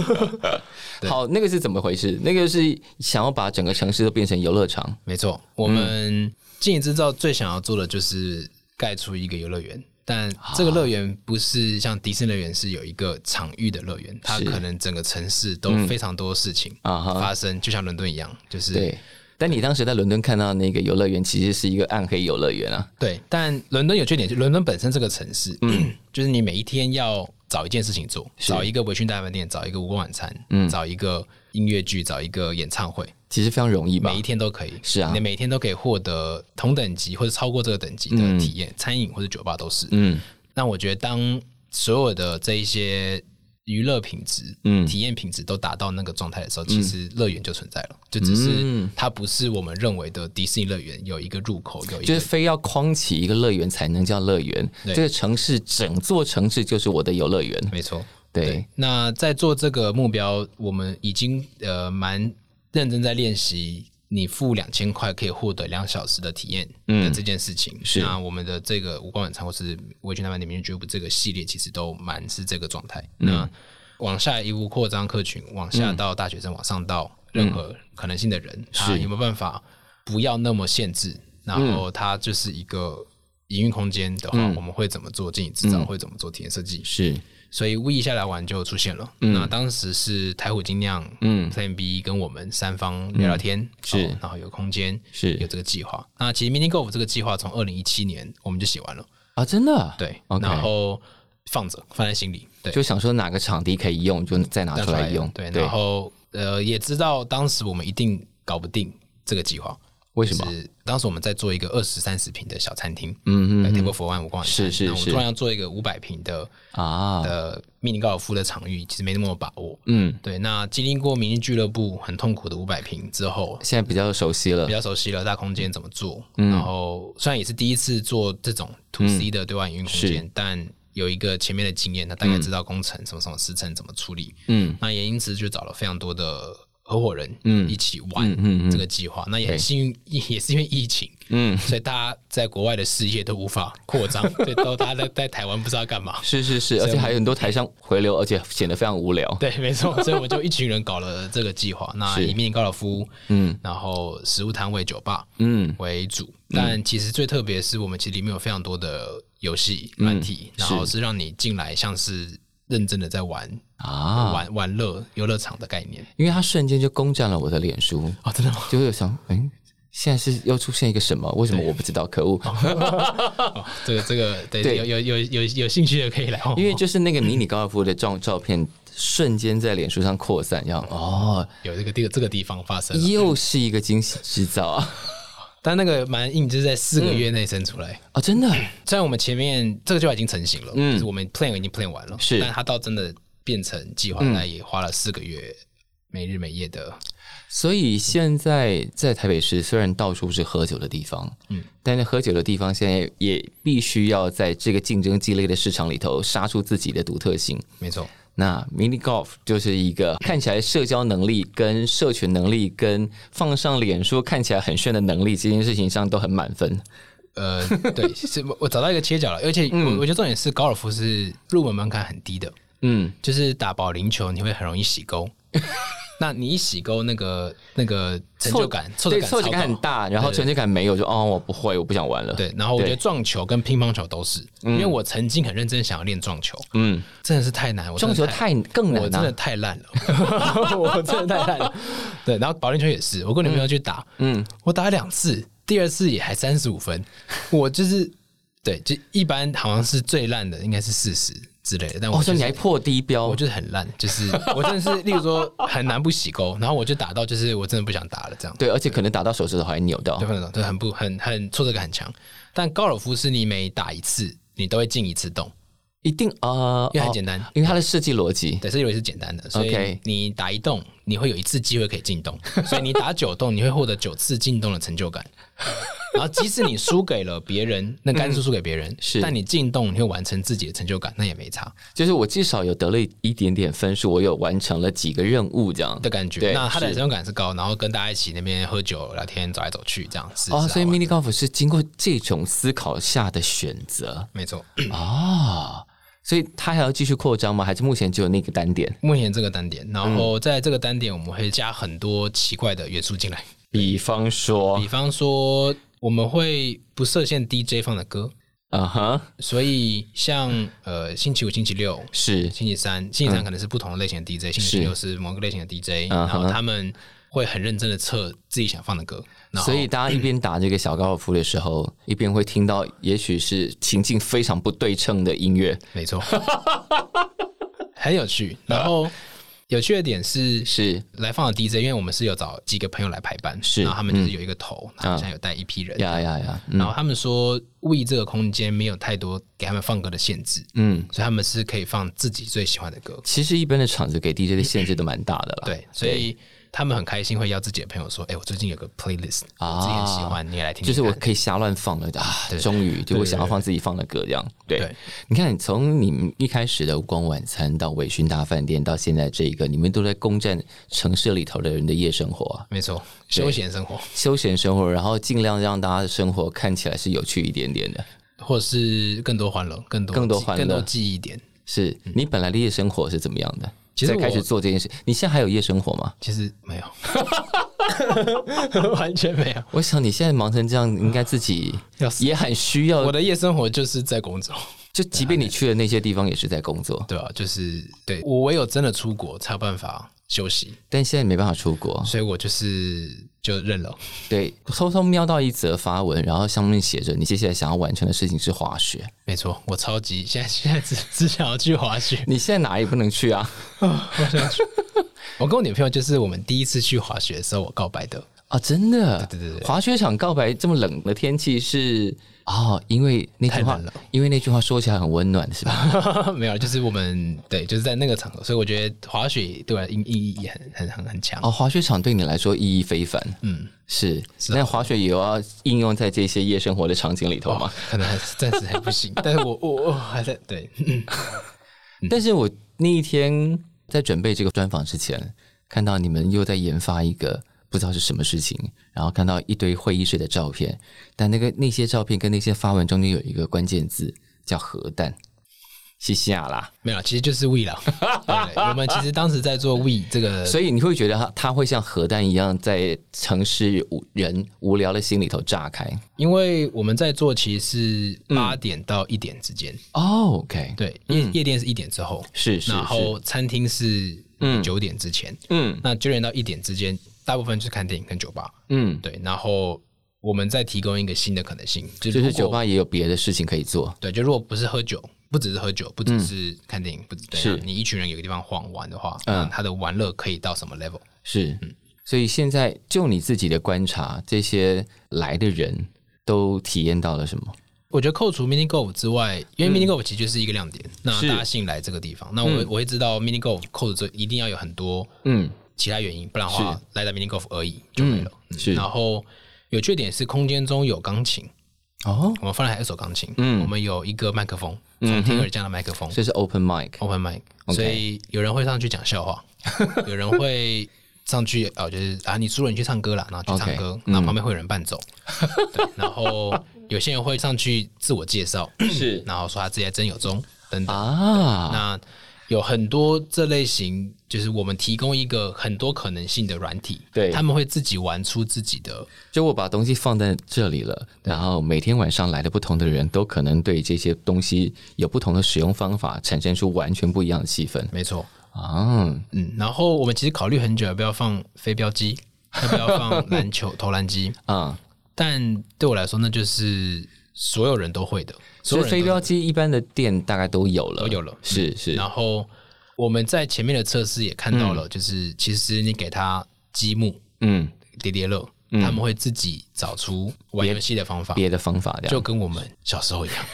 S2: 对
S3: 好，那个是怎么回事？那个是想要把整个城市都变成游乐场。
S2: 没错，我们经营制造最想要做的就是盖出一个游乐园，但
S3: 啊
S2: 这个乐园不是像迪士尼乐园是有一个场域的乐园，它
S3: 是嗯
S2: 可能整个城市都非常多事情
S3: 啊哈
S2: 发生，就像伦敦一样，就是
S3: 对，但你当时在伦敦看到那个游乐园，其实是一个暗黑游乐园啊。
S2: 对但伦敦有缺点，就伦敦本身这个城市，
S3: 嗯
S2: 就是你每一天要找一件事情做，找一个微醺大饭店，找一个烛光晚餐，
S3: 嗯
S2: 找一个音乐剧，找一个演唱会，
S3: 其实非常容易吧
S2: 每一？天都可以，
S3: 是啊
S2: 你每天都可以获得同等级或者超过这个等级的体验，餐饮或者酒吧都是。
S3: 嗯，
S2: 那我觉得当所有的这一些娱乐品质、嗯，体验品质都达到那个状态的时候，
S3: 嗯
S2: 其实乐园就存在了，就只是它不是我们认为的迪士尼乐园有一个入口，有一
S3: 就是
S2: 个
S3: 非要框起一个乐园才能叫乐园。
S2: 对
S3: 这个城市，整座城市就是我的游乐园。
S2: 没错。
S3: 对，
S2: 那在做这个目标，我们已经呃蛮认真在练习。你付两千块可以获得两小时的体验的这件事情，
S3: 嗯是
S2: 那我们的这个无关晚餐或是微醺大饭店、民俱部这个系列，其实都蛮是这个状态。
S3: 嗯
S2: 那往下一步扩张客群，往下到大学生，往上到
S3: 嗯
S2: 任何可能性的人，他有没有办法不要那么限制？然
S3: 嗯
S2: 后它就是一个营运空间的话，我们会怎么做经营制造，会怎么做体验设计？
S3: 嗯是
S2: 所以 We 下来玩就出现了。那当时是台虎精酿、
S3: 嗯
S2: Plan B 跟我们三方聊聊天，
S3: 是
S2: 哦然后有空间，
S3: 是
S2: 有这个计划。那其实 Mini Golf 这个计划从二零一七年我们就写完了，
S3: 啊，真的。
S2: 对
S3: OK
S2: 然后放着放在心里，对，
S3: 就想说哪个场地可以用，就再拿
S2: 拿
S3: 出来用。
S2: 对，然后呃也知道当时我们一定搞不定这个计划，
S3: 为
S2: 就
S3: 什么？
S2: 是当时我们在做一个二十三十平的小餐厅，
S3: 嗯
S2: 嗯，Table for One 五光晚餐
S3: 是是
S2: 那我们
S3: 是
S2: 突然要做一个五百平的
S3: 啊，
S2: 的迷呃你高尔夫的场域，其实没那么有把握，
S3: 嗯，
S2: 对，那经历过明日俱乐部很痛苦的五百平之后，
S3: 现在比较熟悉了
S2: 比。较熟悉了大空间怎么做。
S3: 嗯
S2: 然后虽然也是第一次做这种 to C 的对外营运空间，但有一个前面的经验，他大概知道工程什么什么时程怎么处理。
S3: 嗯，
S2: 那也因此就找了非常多的合伙人，
S3: 嗯
S2: 一起玩
S3: 嗯嗯嗯
S2: 这个计划。那也很幸运， 也是因为疫情，
S3: 嗯，
S2: 所以大家在国外的事业都无法扩 张，所以都大家在在台湾不知道干嘛。
S3: 是是是，而且还有很多台上回流，而且显得非常无聊。
S2: 对，没错，所以我就一群人搞了这个计 划。那
S3: 是
S2: 以迷你高尔夫，嗯，然后食物摊位、酒吧，嗯为主。但其实最特别是我们其实里面有非常多的游戏软体，然后嗯是让你进来像是认真的在玩、
S3: 啊，
S2: 玩玩乐游乐场的概念。
S3: 因为他瞬间就攻占了我的脸书，
S2: 哦，真的吗？
S3: 就会有想，嗯，现在是又出现一个什么？为什么我不知道？可恶！
S2: 这个这 个，对，
S3: 对
S2: 有有有有有兴趣的可以来哦。
S3: 因为就是那个迷你高尔夫的照照片，瞬间在脸书上扩散，然后哦，
S2: 有这个地这个地方发生了，
S3: 又是一个惊喜制造啊！
S2: 但那个蛮硬，就是在四个月内生出来。
S3: 啊，真的
S2: 虽然我们前面这个计划已经成型了，
S3: 嗯
S2: 就是我们 plan 已经 plan 完了，
S3: 是
S2: 但它到真的变成计划，那也花了四个月，没日没夜的。
S3: 所以现在在台北市，虽然到处是喝酒的地方，嗯，但是喝酒的地方现在也必须要在这个竞争激烈的市场里头杀出自己的独特性。
S2: 没错，
S3: 那 mini golf 就是一个看起来社交能力、跟社群能力、跟放上脸说看起来很炫的能力这件事情上都很满分。
S2: 呃，对，是我我找到一个切角了，而且我、我觉得重点是高尔夫是入门门槛很低的，
S3: 嗯，
S2: 就是打保龄球你会很容易洗 钩，那你一洗钩，那个那个成就感、挫折
S3: 对
S2: 感、
S3: 挫折感很。大，然后成就感没有，就哦我不会，我不想玩了。
S2: 对，然后我觉得
S3: 对
S2: 撞球跟乒乓球都是，因为我曾经很认真想要练撞球，
S3: 嗯，
S2: 真的是太难，我真
S3: 撞
S2: 的
S3: 球太更
S2: 我
S3: 难啊
S2: 真
S3: 了、
S2: 的太烂了，我真的太 烂了。 对，然后保龄球也是，我跟女朋友去打，嗯，我打了两次，第二次也还三十五分，我就是对，就一般好像是最烂的应该是四十之类的，但我、
S3: 哦，
S2: 就
S3: 所以
S2: 是
S3: 你还破低标，
S2: 我就是很烂，就是我真的是，例如说很难不洗钩，然后我就打到就是我真的不想打了这样。
S3: 对，而且可能打到手指头还扭到
S2: 对，。很对，很不很很挫折感很强。但高尔夫是你每打一次，你都会进一次洞，
S3: 一定啊，
S2: 因为很
S3: 哦
S2: 简单
S3: 因为它的设计逻辑
S2: 对，这游戏是简单的，所
S3: OK
S2: 以你打一洞，你会有一次机会可以进洞， 所以你打九洞，你会获得九次进洞的成 就感。然后即使你输给了别人，那甘肃输给别人，
S3: 嗯是
S2: 但你进洞，你会完成自己的成就感，那也没差
S3: 就是我至少有得了一点点分数，我有完成了几个任务这样
S2: 的感觉。那他的
S3: 是
S2: 成就感是高，然后跟大家一起那边喝酒聊天，走来走去这样子。
S3: 哦，
S2: 是
S3: 所以
S2: 好玩
S3: mini golf 是经过这种思考下的选择
S2: 没错，
S3: 啊、所以它还要继续扩张吗？还是目前只有那个单点？
S2: 目前这个单点，然后在这个单点我们会加很多奇怪的元素进来，
S3: 比方说
S2: 比，方说我们会不设限 DJ 放的歌，
S3: 嗯哼，
S2: 所以像呃星期五、星期六、
S3: 是
S2: 星期三，星期三可能是不同类型的 DJ，、星期六是某个类型的 DJ，、
S3: 嗯
S2: 然
S3: 哼
S2: 后他们会很认真的测自己想放的歌，然后
S3: 所以大家一边打这个小高尔夫的时候，一边会听到也许是情境非常不对称的音乐。
S2: 没错， 很有趣。然后有趣的点是
S3: 是
S2: 来放的 DJ，因为我们是有找几个朋友来排班，
S3: 是嗯啊
S2: 然后他们就是有一个头，他们现在有带一批人，
S3: 呀呀呀，嗯
S2: 然后他们说 We 这个空间没有太多给他们放歌的限制，
S3: 嗯，
S2: 所以他们是可以放自己最喜欢的歌。
S3: 其实一般的场子给 DJ 的限制都蛮大的了。
S2: 对，所以他们很开心会邀自己的朋友说：“哎、我最近有个 playlist，、
S3: 啊
S2: 我自己很喜欢，你也来听听看。”
S3: 就是我可以瞎乱放了啊！终于，就我想要放自己放的歌这样。对，
S2: 对
S3: 你看，从你们一开始的光晚餐到微醺大饭店，到现在这一个，你们都在攻占城市里头的人的夜生活啊、
S2: 没错，休闲生活，
S3: 休闲生活，然后尽量让大家的生活看起来是有趣一点点的。
S2: 或者是更多欢乐，更多
S3: 更多
S2: 记
S3: 欢乐
S2: 更多记忆点。
S3: 是你本来的夜生活是怎么样的？
S2: 嗯其实
S3: 在开始
S2: 我
S3: 做这件事，你现在还有夜生活吗？
S2: 其实没有， 完全没有。
S3: 我想你现在忙成这样，应该自己
S2: 要死
S3: 也很需要
S2: 我。的夜生活就是在工作，
S3: 就即便你去的那些地方，也是在工作，
S2: 对啊，就是对我唯有真的出国才有办法休息，
S3: 但现在没办法出国。
S2: 所以我就是就认了。
S3: 对，偷偷瞄到一则发文，然后上面写着你接下来想要完成的事情是滑 雪。
S2: 没错，我超级现在现在只 只想要去滑雪，
S3: 你现在哪也不能去啊！
S2: 我跟我女朋友就是我们第一次去滑雪的时候，我告白的。
S3: 啊，真的，
S2: 对对对对
S3: 滑雪场告白这么冷的天气是哦，因为那句
S2: 太
S3: 话
S2: 冷了，
S3: 因为那句话说起来很温暖，是 吧？
S2: 没有，就是我们对，就是在那个场合，所以我觉得滑雪对我的意意义也很很很很强。
S3: 哦，滑雪场对你来说意义非凡，
S2: 嗯，
S3: 是。那滑雪也要应用在这些夜生活的场景里头吗？
S2: 可能还是暂时还不行，但是我我我还在对，嗯
S3: 但是我那一天在准备这个专访之前，看到你们又在研发一个不知道是什么事情，然后看到一堆会议室的照片，但那个那些照片跟那些发文中间有一个关键字叫核弹，西西亚啦，
S2: 没有，其实就是 We 了。对对我们其实当时在做 We 这个，
S3: 所以你会觉得它它会像核弹一样在城市无人无聊的心里头炸开。
S2: 因为我们在做其实是
S3: 嗯
S2: 八点到一点之间，
S3: 哦、o k，
S2: 对，夜夜店是一点之后，
S3: 是是
S2: 然
S3: 是，
S2: 后餐厅是九点之前，
S3: 嗯
S2: 那九点到一点之间，大部分就是看电影跟酒吧。
S3: 嗯，
S2: 对，然后我们再提供一个新的可能性，就
S3: 就是是
S2: 如
S3: 酒
S2: 果
S3: 吧也有别的事情可以做。
S2: 对，就如果不是喝酒，不只是喝酒，不只是看电影，不只对啊
S3: 嗯是
S2: 你一群人有个地方晃玩的话，嗯，他的玩乐可以到什么 level？
S3: 是，所以现在就你自己的观察，这些来的人都体验到了什么？
S2: 我觉得扣除 Mini Golf 之外，
S3: 嗯
S2: 因为 Mini Golf 其实就是一个亮点，那大家吸引来这个地方，那我、我会知道 Mini Golf 扣除这一定要有很多
S3: 嗯，
S2: 其他原因，不然的话来打 Mini Golf 而已就没了。嗯
S3: 是
S2: 然后有缺点是空间中有钢琴，
S3: 哦，
S2: 我们放了还有一首钢琴，
S3: 嗯
S2: 我们有一个麦克风，从天而降的麦克风、
S3: 这是 open mic，
S2: o p e n mic，所以有人会上去讲笑话，有人会上去哦，就是啊，你输了你去唱歌啦，然后去唱歌
S3: OK，
S2: 然后旁边会有人伴奏，对，然后有些人会上去自我介绍，
S3: 是
S2: 然后说他自己在真有中等等，
S3: 啊，
S2: 那有很多这类型，就是我们提供一个很多可能性的软体，
S3: 对
S2: 他们会自己玩出自己的，
S3: 就我把东西放在这里了，然后每天晚上来的不同的人都可能对这些东西有不同的使用方法，产生出完全不一样的气氛
S2: 没错，
S3: 啊。
S2: 嗯，然后我们其实考虑很久要不要放飞镖机，要不要放篮球投篮机，
S3: 啊、
S2: 但对我来说，那就是所有人都会的，所
S3: 所
S2: 有
S3: 以
S2: 人
S3: 飞
S2: 都
S3: 镖机一般的店大概都有了，
S2: 都有了嗯
S3: 是是
S2: 然后我们在前面的测试也看到了，就是其实你给他积木、
S3: 嗯，
S2: 叠叠乐，他们会自己找出玩游戏的方法，
S3: 别的方法这
S2: 就
S3: 样，
S2: 跟我们小时候一样。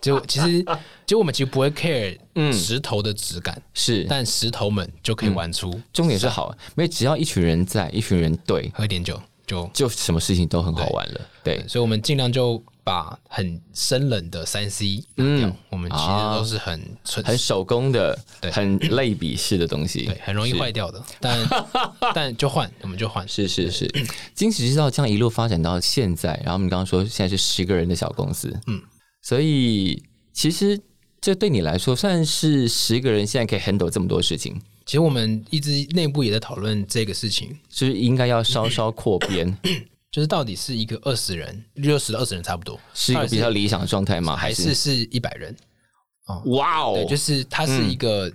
S2: 就其实，就我们其实不会 care 石头的质感，
S3: 嗯是，嗯
S2: 但啊石头们就可以玩出
S3: 重点是好，因为只要一群人在，一群人对，
S2: 喝一点酒就。
S3: 就什么事情都很好玩了。对，
S2: 所以，我们尽量就把很生冷的三 C 拿掉。我们其实都是很纯、
S3: 嗯啊很手工的
S2: 对、
S3: 很类比式的东西
S2: 对，，很容易坏掉的。但但就换，我们就换。
S3: 是是是。惊喜制造这样一路发展到现在，然后我们刚刚说现在是十个人的小公司，嗯，所以其实这对你来说算是十个人现在可以 handle 这么多事情，
S2: 其实我们一直内部也在讨论这个事情，
S3: 就是应该要稍稍扩 编，
S2: 就是到底是一个二十人、六十到二十人差不多，
S3: 是一个比较理想的状态吗？
S2: 还是是一百人？
S3: 哇
S2: 对，
S3: 啊哦，
S2: 就是它是一个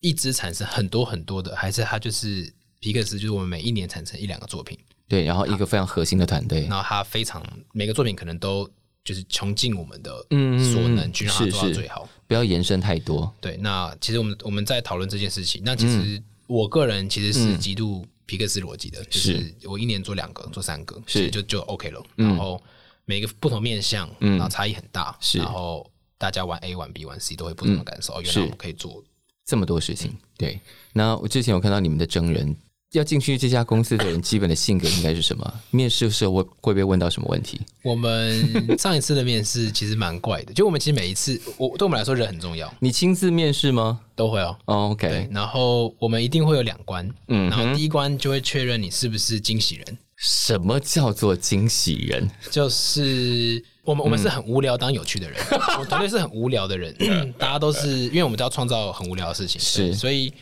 S2: 一直产生很多很多的，还是它就是皮克斯，就是我们每一年产生一两个作品，
S3: 对，然后一个非常核心的团队，
S2: 然后它非常每个作品可能都就是穷尽我们的
S3: 嗯嗯嗯
S2: 所能去让它
S3: 是
S2: 做到
S3: 是
S2: 最好。
S3: 不要延伸太多，
S2: 对，那其实我们我们在讨论这件事情，那其实我个人其实是极度皮克斯逻辑的，就是我一年做两个，做三个，其实就就 OK 了。然后每个不同面向，然后差异很大，
S3: 是
S2: 然后大家玩 A 玩 B 玩 C 都会不同的感受，哦原来我们可以做。
S3: 这么多事情。对，那我之前有看到你们的真人，要进去这家公司的人，基本的性格应该是什么？ 面试的时候会会被问到什么问题？
S2: 我们 上一次的面试其实蛮怪的，就我们其实每一次，我对我们来说人很重要，
S3: 你亲自面试吗、
S2: 都会哦。
S3: o
S2: 对
S3: k，
S2: 然后我们一定会有两关，
S3: 嗯
S2: 然后第一关就会确认你是不是惊喜人，
S3: 什么叫做惊喜人？
S2: 就是我们我们是
S3: 嗯
S2: 很无聊当有趣的 人，我们团队是很无聊的人，大家都是因为我们都要创造很无聊的事情，
S3: 是
S2: 对所以。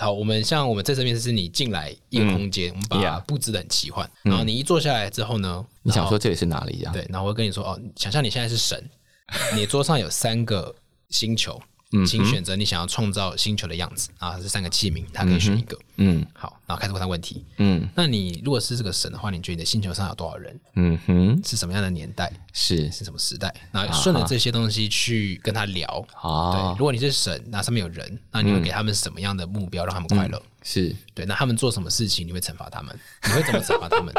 S2: 好，我们像我们这次面试，是你进来一个空间，我们把
S3: 嗯 Yeah 嗯
S2: 它布置的很奇幻，然后你一坐下来之后呢，
S3: 你想说这里是哪里呀、
S2: 对，然后我会跟你说哦，想象你现在是神，你桌上有三个星球，
S3: 嗯
S2: 请选择你想要创造星球的样子啊，这三个器皿，它可以选一个。
S3: 嗯
S2: 好，然后开始问他问题。
S3: 嗯
S2: 那你如果是这个神的话，你觉得你的星球上有多少人？
S3: 嗯哼，
S2: 是什么样的年代？
S3: 是
S2: 是什么时代？然后顺着这些东西去跟他聊。对，
S3: 啊
S2: 如，果你是神，那上面有人，那你会给他们什么样的目标让他们快乐？
S3: 是
S2: 对，那他们做什么事情，你会惩罚他们？ 你会怎么惩罚他们？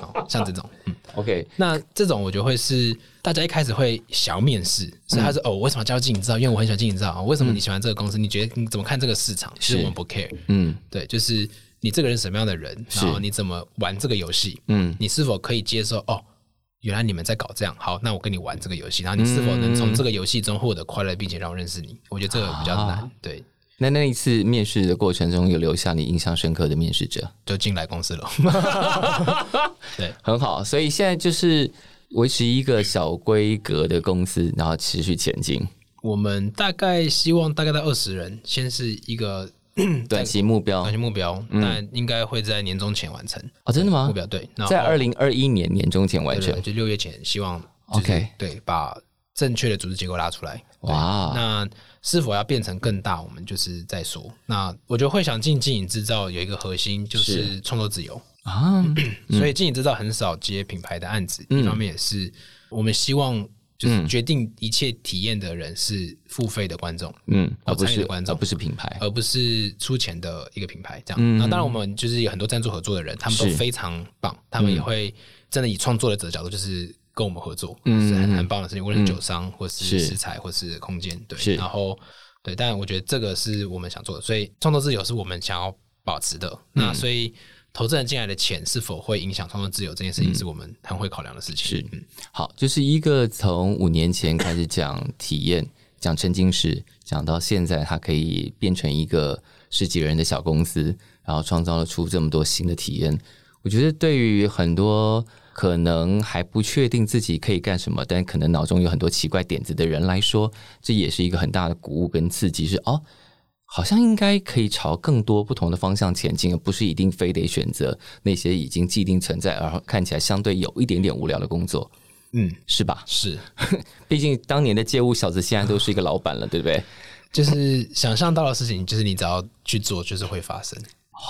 S2: 哦，像这种，嗯，
S3: OK，
S2: 那这种我觉得会是大家一开始会想要面试，所以他说、哦，我为什么要加入经营制造？因为我很喜欢经营制造、哦为什么你喜欢这个公司？你觉得你怎么看这个市场？其实我们不 care，
S3: 嗯，
S2: 对，就是你这个人什么样的人，然后你怎么玩这个游戏，
S3: 嗯，
S2: 你是否可以接受？哦，原来你们在搞这样，好，那我跟你玩这个游戏，然后你是否能
S3: 嗯
S2: 从这个游戏中获得快乐，并且让我认识你？我觉得这个比较难，
S3: 啊
S2: 对，
S3: 那那一次面试的过程中，有留下你印象深刻的面试者？
S2: 就进来公司了。 对，
S3: 很好，所以现在就是维持一个小规格的公司，然后持续前进。
S2: 我们大概希望大概在二十人，先是一
S3: 哦
S2: 个。
S3: 短期目标
S2: 短期目标，
S3: 嗯
S2: 但应该会在年终前完成
S3: 哦，真的吗
S2: 目？标。对，那
S3: 在二零二一年年中前完成。
S2: 就六月前，希望就是
S3: OK
S2: 对，把正确的组织结构拉出来。
S3: 哇，
S2: 那是否要变成更大，我们就是在说。那我觉得会想进经营制造有一个核心就是创作自由，
S3: 啊，
S2: 嗯所以经营制造很少接品牌的案子，一方面也是我们希望。就是决定一切体验的人是付费的观众，
S3: 嗯，而
S2: 有
S3: 不
S2: 参与
S3: 是
S2: 的观众
S3: 而不是品牌，
S2: 而不是出钱的一个品牌这样。那、当然，我们就是有很多赞助合作的人，他们都
S3: 嗯是嗯
S2: 非常棒，他们也会真的以创作者的角度，就是跟我们合作，
S3: 嗯
S2: 是很很棒的事情。无论是酒商，或是
S3: 是
S2: 食材，或是空间，
S3: 是
S2: 对，然后对，但我觉得这个是我们想做的，所以创作自由是我们想要保持的。
S3: 嗯
S2: 那所以。投资人进来的钱是否会影响创作自由这件事情，是我们很会考量的事情。
S3: 嗯
S2: 嗯
S3: 是好，就是一个从五年前开始讲体验， 讲沉浸式，讲到现在，它可以变成一个十几人的小公司，然后创造了出这么多新的体验。我觉得对于很多可能还不确定自己可以干什么，但可能脑中有很多奇怪点子的人来说，这也是一个很大的鼓舞跟刺激。是哦，好像应该可以朝更多不同的方向前进，而不是一定非得选择那些已经既定存在，而看起来相对有一点点无聊的工作，
S2: 嗯，
S3: 是吧？
S2: 是，
S3: 毕竟当年的街舞小子现在都是一个老板了，对不对？
S2: 就是想象到的事情，就是你只要去做，就是会发生。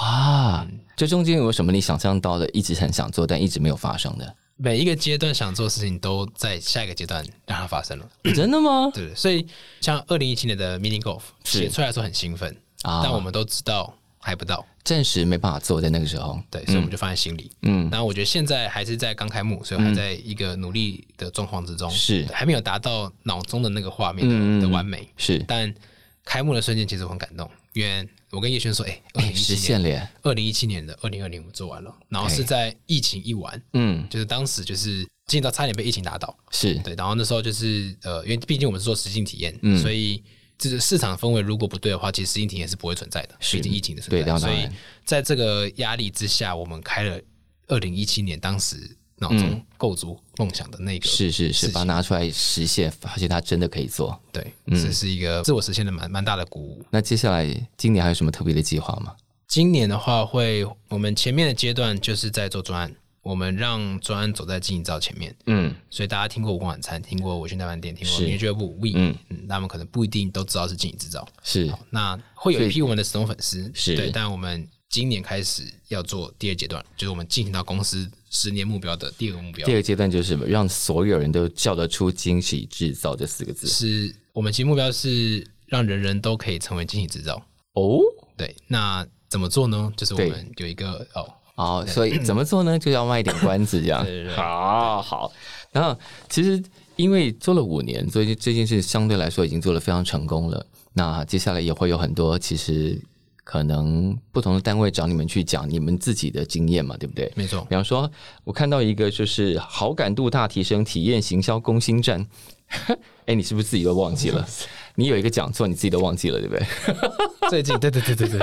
S3: 哇，这中间有什么你想象到的，一直很想做但一直没有发生的？
S2: 每一个阶段想做的事情都在下一个阶段让它发生 了，
S3: 真的吗？
S2: 对，所以像二零一七年的 Mini Golf
S3: 是
S2: 写出来的时候很兴奋，
S3: 啊
S2: 但我们都知道还不到，
S3: 暂时没办法做，在那个时候，
S2: 对，所以我们就放在心里。嗯，然后我觉得现在还是在刚开幕，所以还在一个努力的状况之中，
S3: 嗯是嗯
S2: 还没有达到脑中的那个画面的的完美，
S3: 是
S2: 但开幕的瞬间其实我很感动，因为我跟叶轩说，哎、2
S3: 哎
S2: 0
S3: 实
S2: 一七年，
S3: 现了耶，
S2: 二零一七年的二零二零我做完了，然后是
S3: 哎
S2: 在疫情一完，
S3: 嗯，
S2: 就是当时就是进到差点被疫情打倒。
S3: 是
S2: 对，然后那时候就是呃，因为毕竟我们是做实境体验，
S3: 嗯
S2: 所以这个市场氛围如果不对的话，其实实境体验是不会存在的，
S3: 是
S2: 毕竟疫情的存
S3: 对当
S2: 在。
S3: 然
S2: 所以在这个压力之下，我们开了二零一七年当时脑中构筑梦想的那个，
S3: 嗯是是是，把它拿出来实现，发现它真的可以做。
S2: 对，
S3: 嗯
S2: 这是一个自我实现的蛮蛮大的鼓舞。
S3: 那接下来今年还有什么特别的计划吗？
S2: 今年的话会，我们前面的阶段就是在做专案，我们让专案走在经营造前面，
S3: 嗯，
S2: 所以大家听过五光晚餐，听过我去那饭店，听过
S3: 是
S2: 音乐俱乐部 We，
S3: 嗯
S2: 嗯那他们可能不一定都知道是经营制造。
S3: 是
S2: 那会有
S3: 所
S2: 一
S3: 以
S2: 批我们的死忠粉丝，
S3: 是
S2: 对，但我们今年开始要做第二阶段，就是我们进行到公司十年目标的第二个目标
S3: 第，二个阶段就是什么让所有人都叫得出“惊喜制造”这四个字
S2: 是我们其实目标是让人人都可以成为惊喜制造。
S3: 哦。
S2: 对，那怎么做呢？就是我
S3: 对
S2: 们有一个哦，
S3: 好，所以怎么做呢？就要卖一点关子，这样。
S2: 对对对
S3: 啊好好，然后其实因为做了五年，所以这件事相对来说已经做得非常成功了。那接下来也会有很多其实可能不同的单位找你们去讲你们自己的经验嘛，对不对？
S2: 没错，
S3: 比方说，我看到一个就是好感度大提升体验行销攻心战。 哎，你是不是自己都忘记 了？你有一个讲座，你自己都忘记了，对不对？
S2: 最近对对对对 对，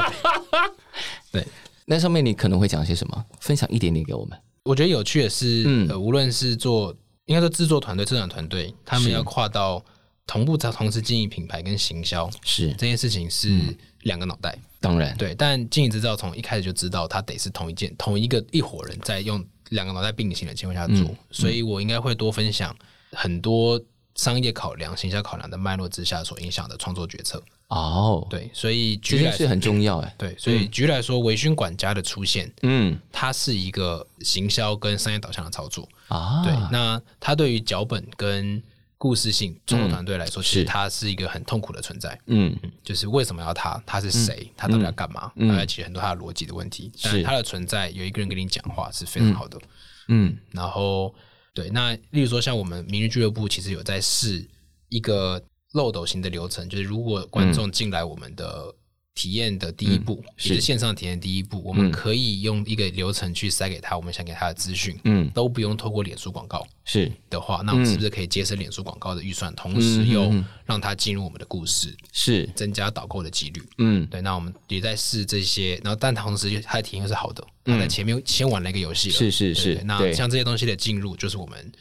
S2: 对。
S3: 那上面你可能会讲些什么？分享一点点给我们。
S2: 我觉得有趣的是，
S3: 嗯
S2: 呃，无论是做应该说制作团队、策展团队，他们
S3: 是
S2: 要跨到同步同时经营品牌跟行销
S3: 是，
S2: 这件事情
S3: 嗯
S2: 是两个脑袋。
S3: 当然，
S2: 对，但经营制造从一开始就知道，它得是同一件、同一个一伙人在用两个脑袋并行的情况下做，
S3: 嗯
S2: 所以我应该会多分享很多商业考量、行销考量的脉络之下所影响的创作决策。
S3: 哦，
S2: 对，所以
S3: 这
S2: 举例
S3: 件
S2: 来
S3: 事
S2: 说，
S3: 很重要哎。
S2: 对，所以举例来说，微醺管家的出现，
S3: 嗯
S2: 它是一个行销跟商业导向的操作。
S3: 啊，
S2: 对，那它对于脚本跟故事性创作团队来说，其
S3: 嗯是
S2: 实它是一个很痛苦的存在。
S3: 嗯
S2: 就是为什么要他？他是谁？他到底要干嘛？大概其实很多他的逻辑的问题，但他的存在有一个人跟你讲话是非常好的。
S3: 嗯，
S2: 然后对，那例如说像我们明日俱乐部，其实有在试一个漏斗型的流程，就是如果观众进来我们的体验的第一步，也就是线上体验的第一步，我们可以用一个流程去塞给他我们想给他的资讯，
S3: 嗯，
S2: 都不用透过脸书广告。
S3: 是
S2: 的话，那我们是不是可以节省脸书广告的预算，同时又让他进入我们的故事，
S3: 是，
S2: 增加导购的几率？
S3: 嗯
S2: 对，那我们也在试这些，然后但同时它的体验又是好的，哦它在前面先玩了一个游戏了，
S3: 嗯是是
S2: 对
S3: 是
S2: 对那
S3: 对
S2: 像这些东西的进入，就是我们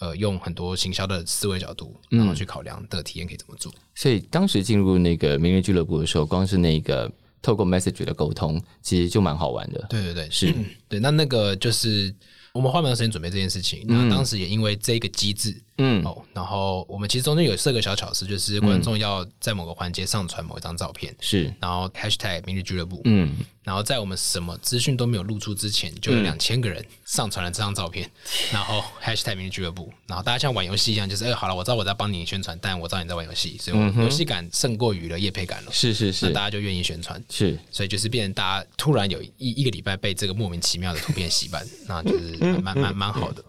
S2: 呃用很多行销的思维角度，
S3: 嗯
S2: 然后去考量的体验可以怎么做。
S3: 所以当时进入那个名人俱乐部的时候，光是那个透过 message 的沟通，其实就蛮好玩的。
S2: 对对 对，是
S3: 嗯
S2: 对。那那个就是我们花蛮多时间准备这件事情，那当时也因为这个机制，嗯，哦，然后我们其实中间有设个小巧思，就是
S3: 嗯
S2: 观众要在某个环节上传某一张照片，
S3: 是，
S2: 然后 hashtag 明日俱乐部，
S3: 嗯，
S2: 然后在我们什么资讯都没有露出之前，就有两千个人上传了这张照片，然后 hashtag 明日俱乐部，然后大家像玩游戏一样，就是哎、好了，我知道我在帮你宣传，但我知道你在玩游戏，所以我游戏感胜过于了业配感了，
S3: 嗯是是
S2: 那
S3: 是
S2: 大家就愿意宣传，
S3: 是，
S2: 所以就是变成大家突然有一一个礼拜被这个莫名其妙的图片 洗版，那就是蛮蛮蛮蛮好的。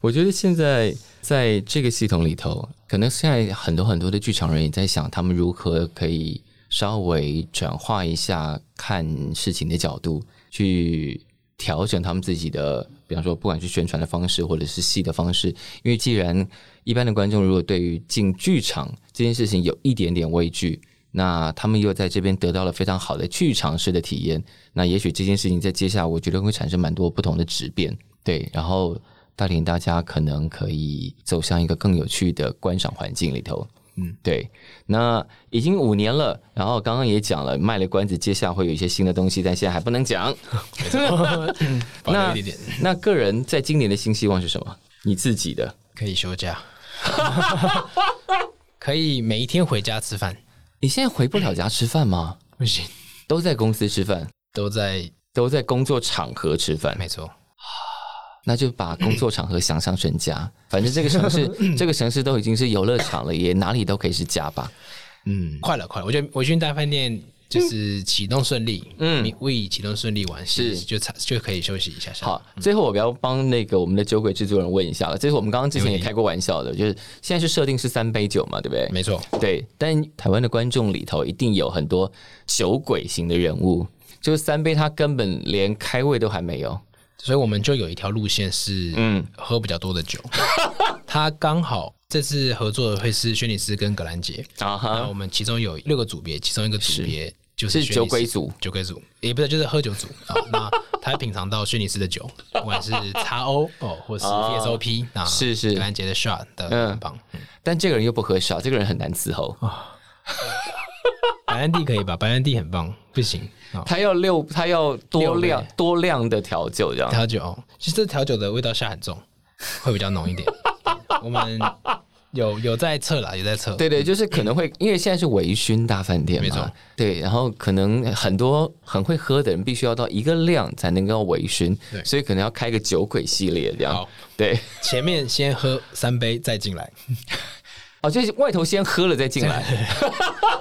S3: 我觉得现在在这个系统里头，可能现在很多很多的剧场人也在想，他们如何可以稍微转化一下看事情的角度，去调整他们自己的，比方说不管是宣传的方式或者是戏的方式。因为既然一般的观众如果对于进剧场这件事情有一点点畏惧，那他们又在这边得到了非常好的剧场式的体验，那也许这件事情在接下来，我觉得会产生蛮多不同的质变。对，然后带领大家可能可以走向一个更有趣的观赏环境里头。嗯，对。那已经五年了，然后刚刚也讲了，卖了关子，接下来会有一些新的东西，但现在还不 能讲。
S2: 保留一点点，
S3: 那个人在今年的新希望是什么？你自己的
S2: 可以休 假，可以每一天回家吃饭，
S3: 你现在回不了家吃饭吗？
S2: 不行，
S3: 都在公司吃饭，
S2: 都在
S3: 都在工作场合吃饭，
S2: 没错，
S3: 那就把工作场合想象成 家。反正这个城市，这个城市都已经是游乐场了，也哪里都可以是家吧。
S2: 嗯，快了快了，我觉得我去大饭店就是启动顺利，嗯，为启动顺利完事
S3: 是
S2: 就差就可以休息一下下，
S3: 好，最后我不要帮那个我们的酒鬼制作人问一下了，这嗯是我们刚刚之前也开过玩笑的，就是现在是设定是三杯酒嘛，对不对？
S2: 没错，
S3: 对，但台湾的观众里头一定有很多酒鬼型的人物，就是三杯他根本连开胃都还没有。
S2: 所以我们就有一条路线是，嗯，喝比较多的酒， 他刚好这次合作的会是轩尼诗跟葛兰杰，
S3: 啊
S2: 那
S3: 哈，
S2: 我们其中有六个组别，其中一个组别就是轩
S3: 是
S2: 尼
S3: 酒
S2: 诗
S3: 鬼组，
S2: 酒鬼组，也不是就是喝酒组 啊。那他品尝到轩尼诗的酒，不管是 XO 哦，或是
S3: 哦
S2: VSOP 啊，
S3: 是是
S2: 格兰杰的 shot 的
S3: 嗯
S2: 很棒。
S3: 但这个人又不喝少，这个人很难伺候。
S2: 白兰地可以吧？白兰地很棒，不行啊。
S3: 他要六，他要多
S2: 六杯
S3: 量多量的调酒这样。
S2: 调酒，哦其实这调酒的味道下很重，会比较浓一 点。我们有有在测啦，有在测。
S3: 对对，就是可 能会，因为现在是微醺大饭店嘛，
S2: 没错
S3: 对，然后可能很多很会喝的人，必须要到一个量才能够微醺，
S2: 对
S3: 所以可能要开个酒鬼系列这样
S2: 好。
S3: 对，
S2: 前面先喝三杯再进 来，
S3: 哦，就是外头先喝了再进来。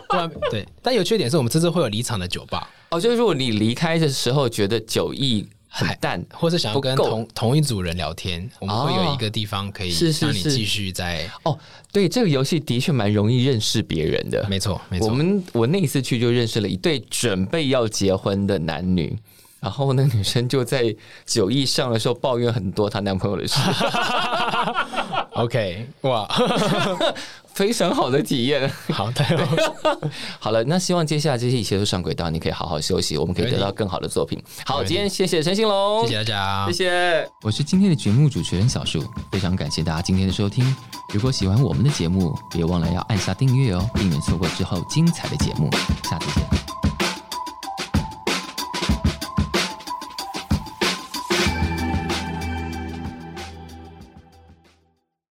S2: 不然对。但有缺点是我们这次会有离场的酒吧，
S3: 哦，就是如果你离开的时候觉得酒意很淡，
S2: 或是想要跟
S3: 不够哦
S2: 同同一组人聊天，我们会有一个地方可以
S3: 是是
S2: 让你
S3: 是
S2: 继续在。
S3: 哦，对，这个游戏的确蛮容易认识别人的。
S2: 没错，没
S3: 我
S2: 错，
S3: 们我那一次去就认识了一对准备要结婚的男女，然后那女生就在酒意上的时候抱怨很多她男朋友的事，
S2: OK，哇，
S3: 非常好的体验。
S2: 好，太好了，
S3: 好了，那希望接下来这些一切都上轨道，你可以好好休息，我们可以
S2: 没
S3: 得
S2: 问题
S3: 到更好的作品。好，
S2: 没问
S3: 今
S2: 题
S3: 天谢谢陈兴龙，
S2: 谢谢大家，
S3: 谢谢。我是今天的节目主持人小树，非常感谢大家今天的收听。如果喜欢我们的节目，别忘了要按下订阅哦，避免错过之后精彩的节目。下次见。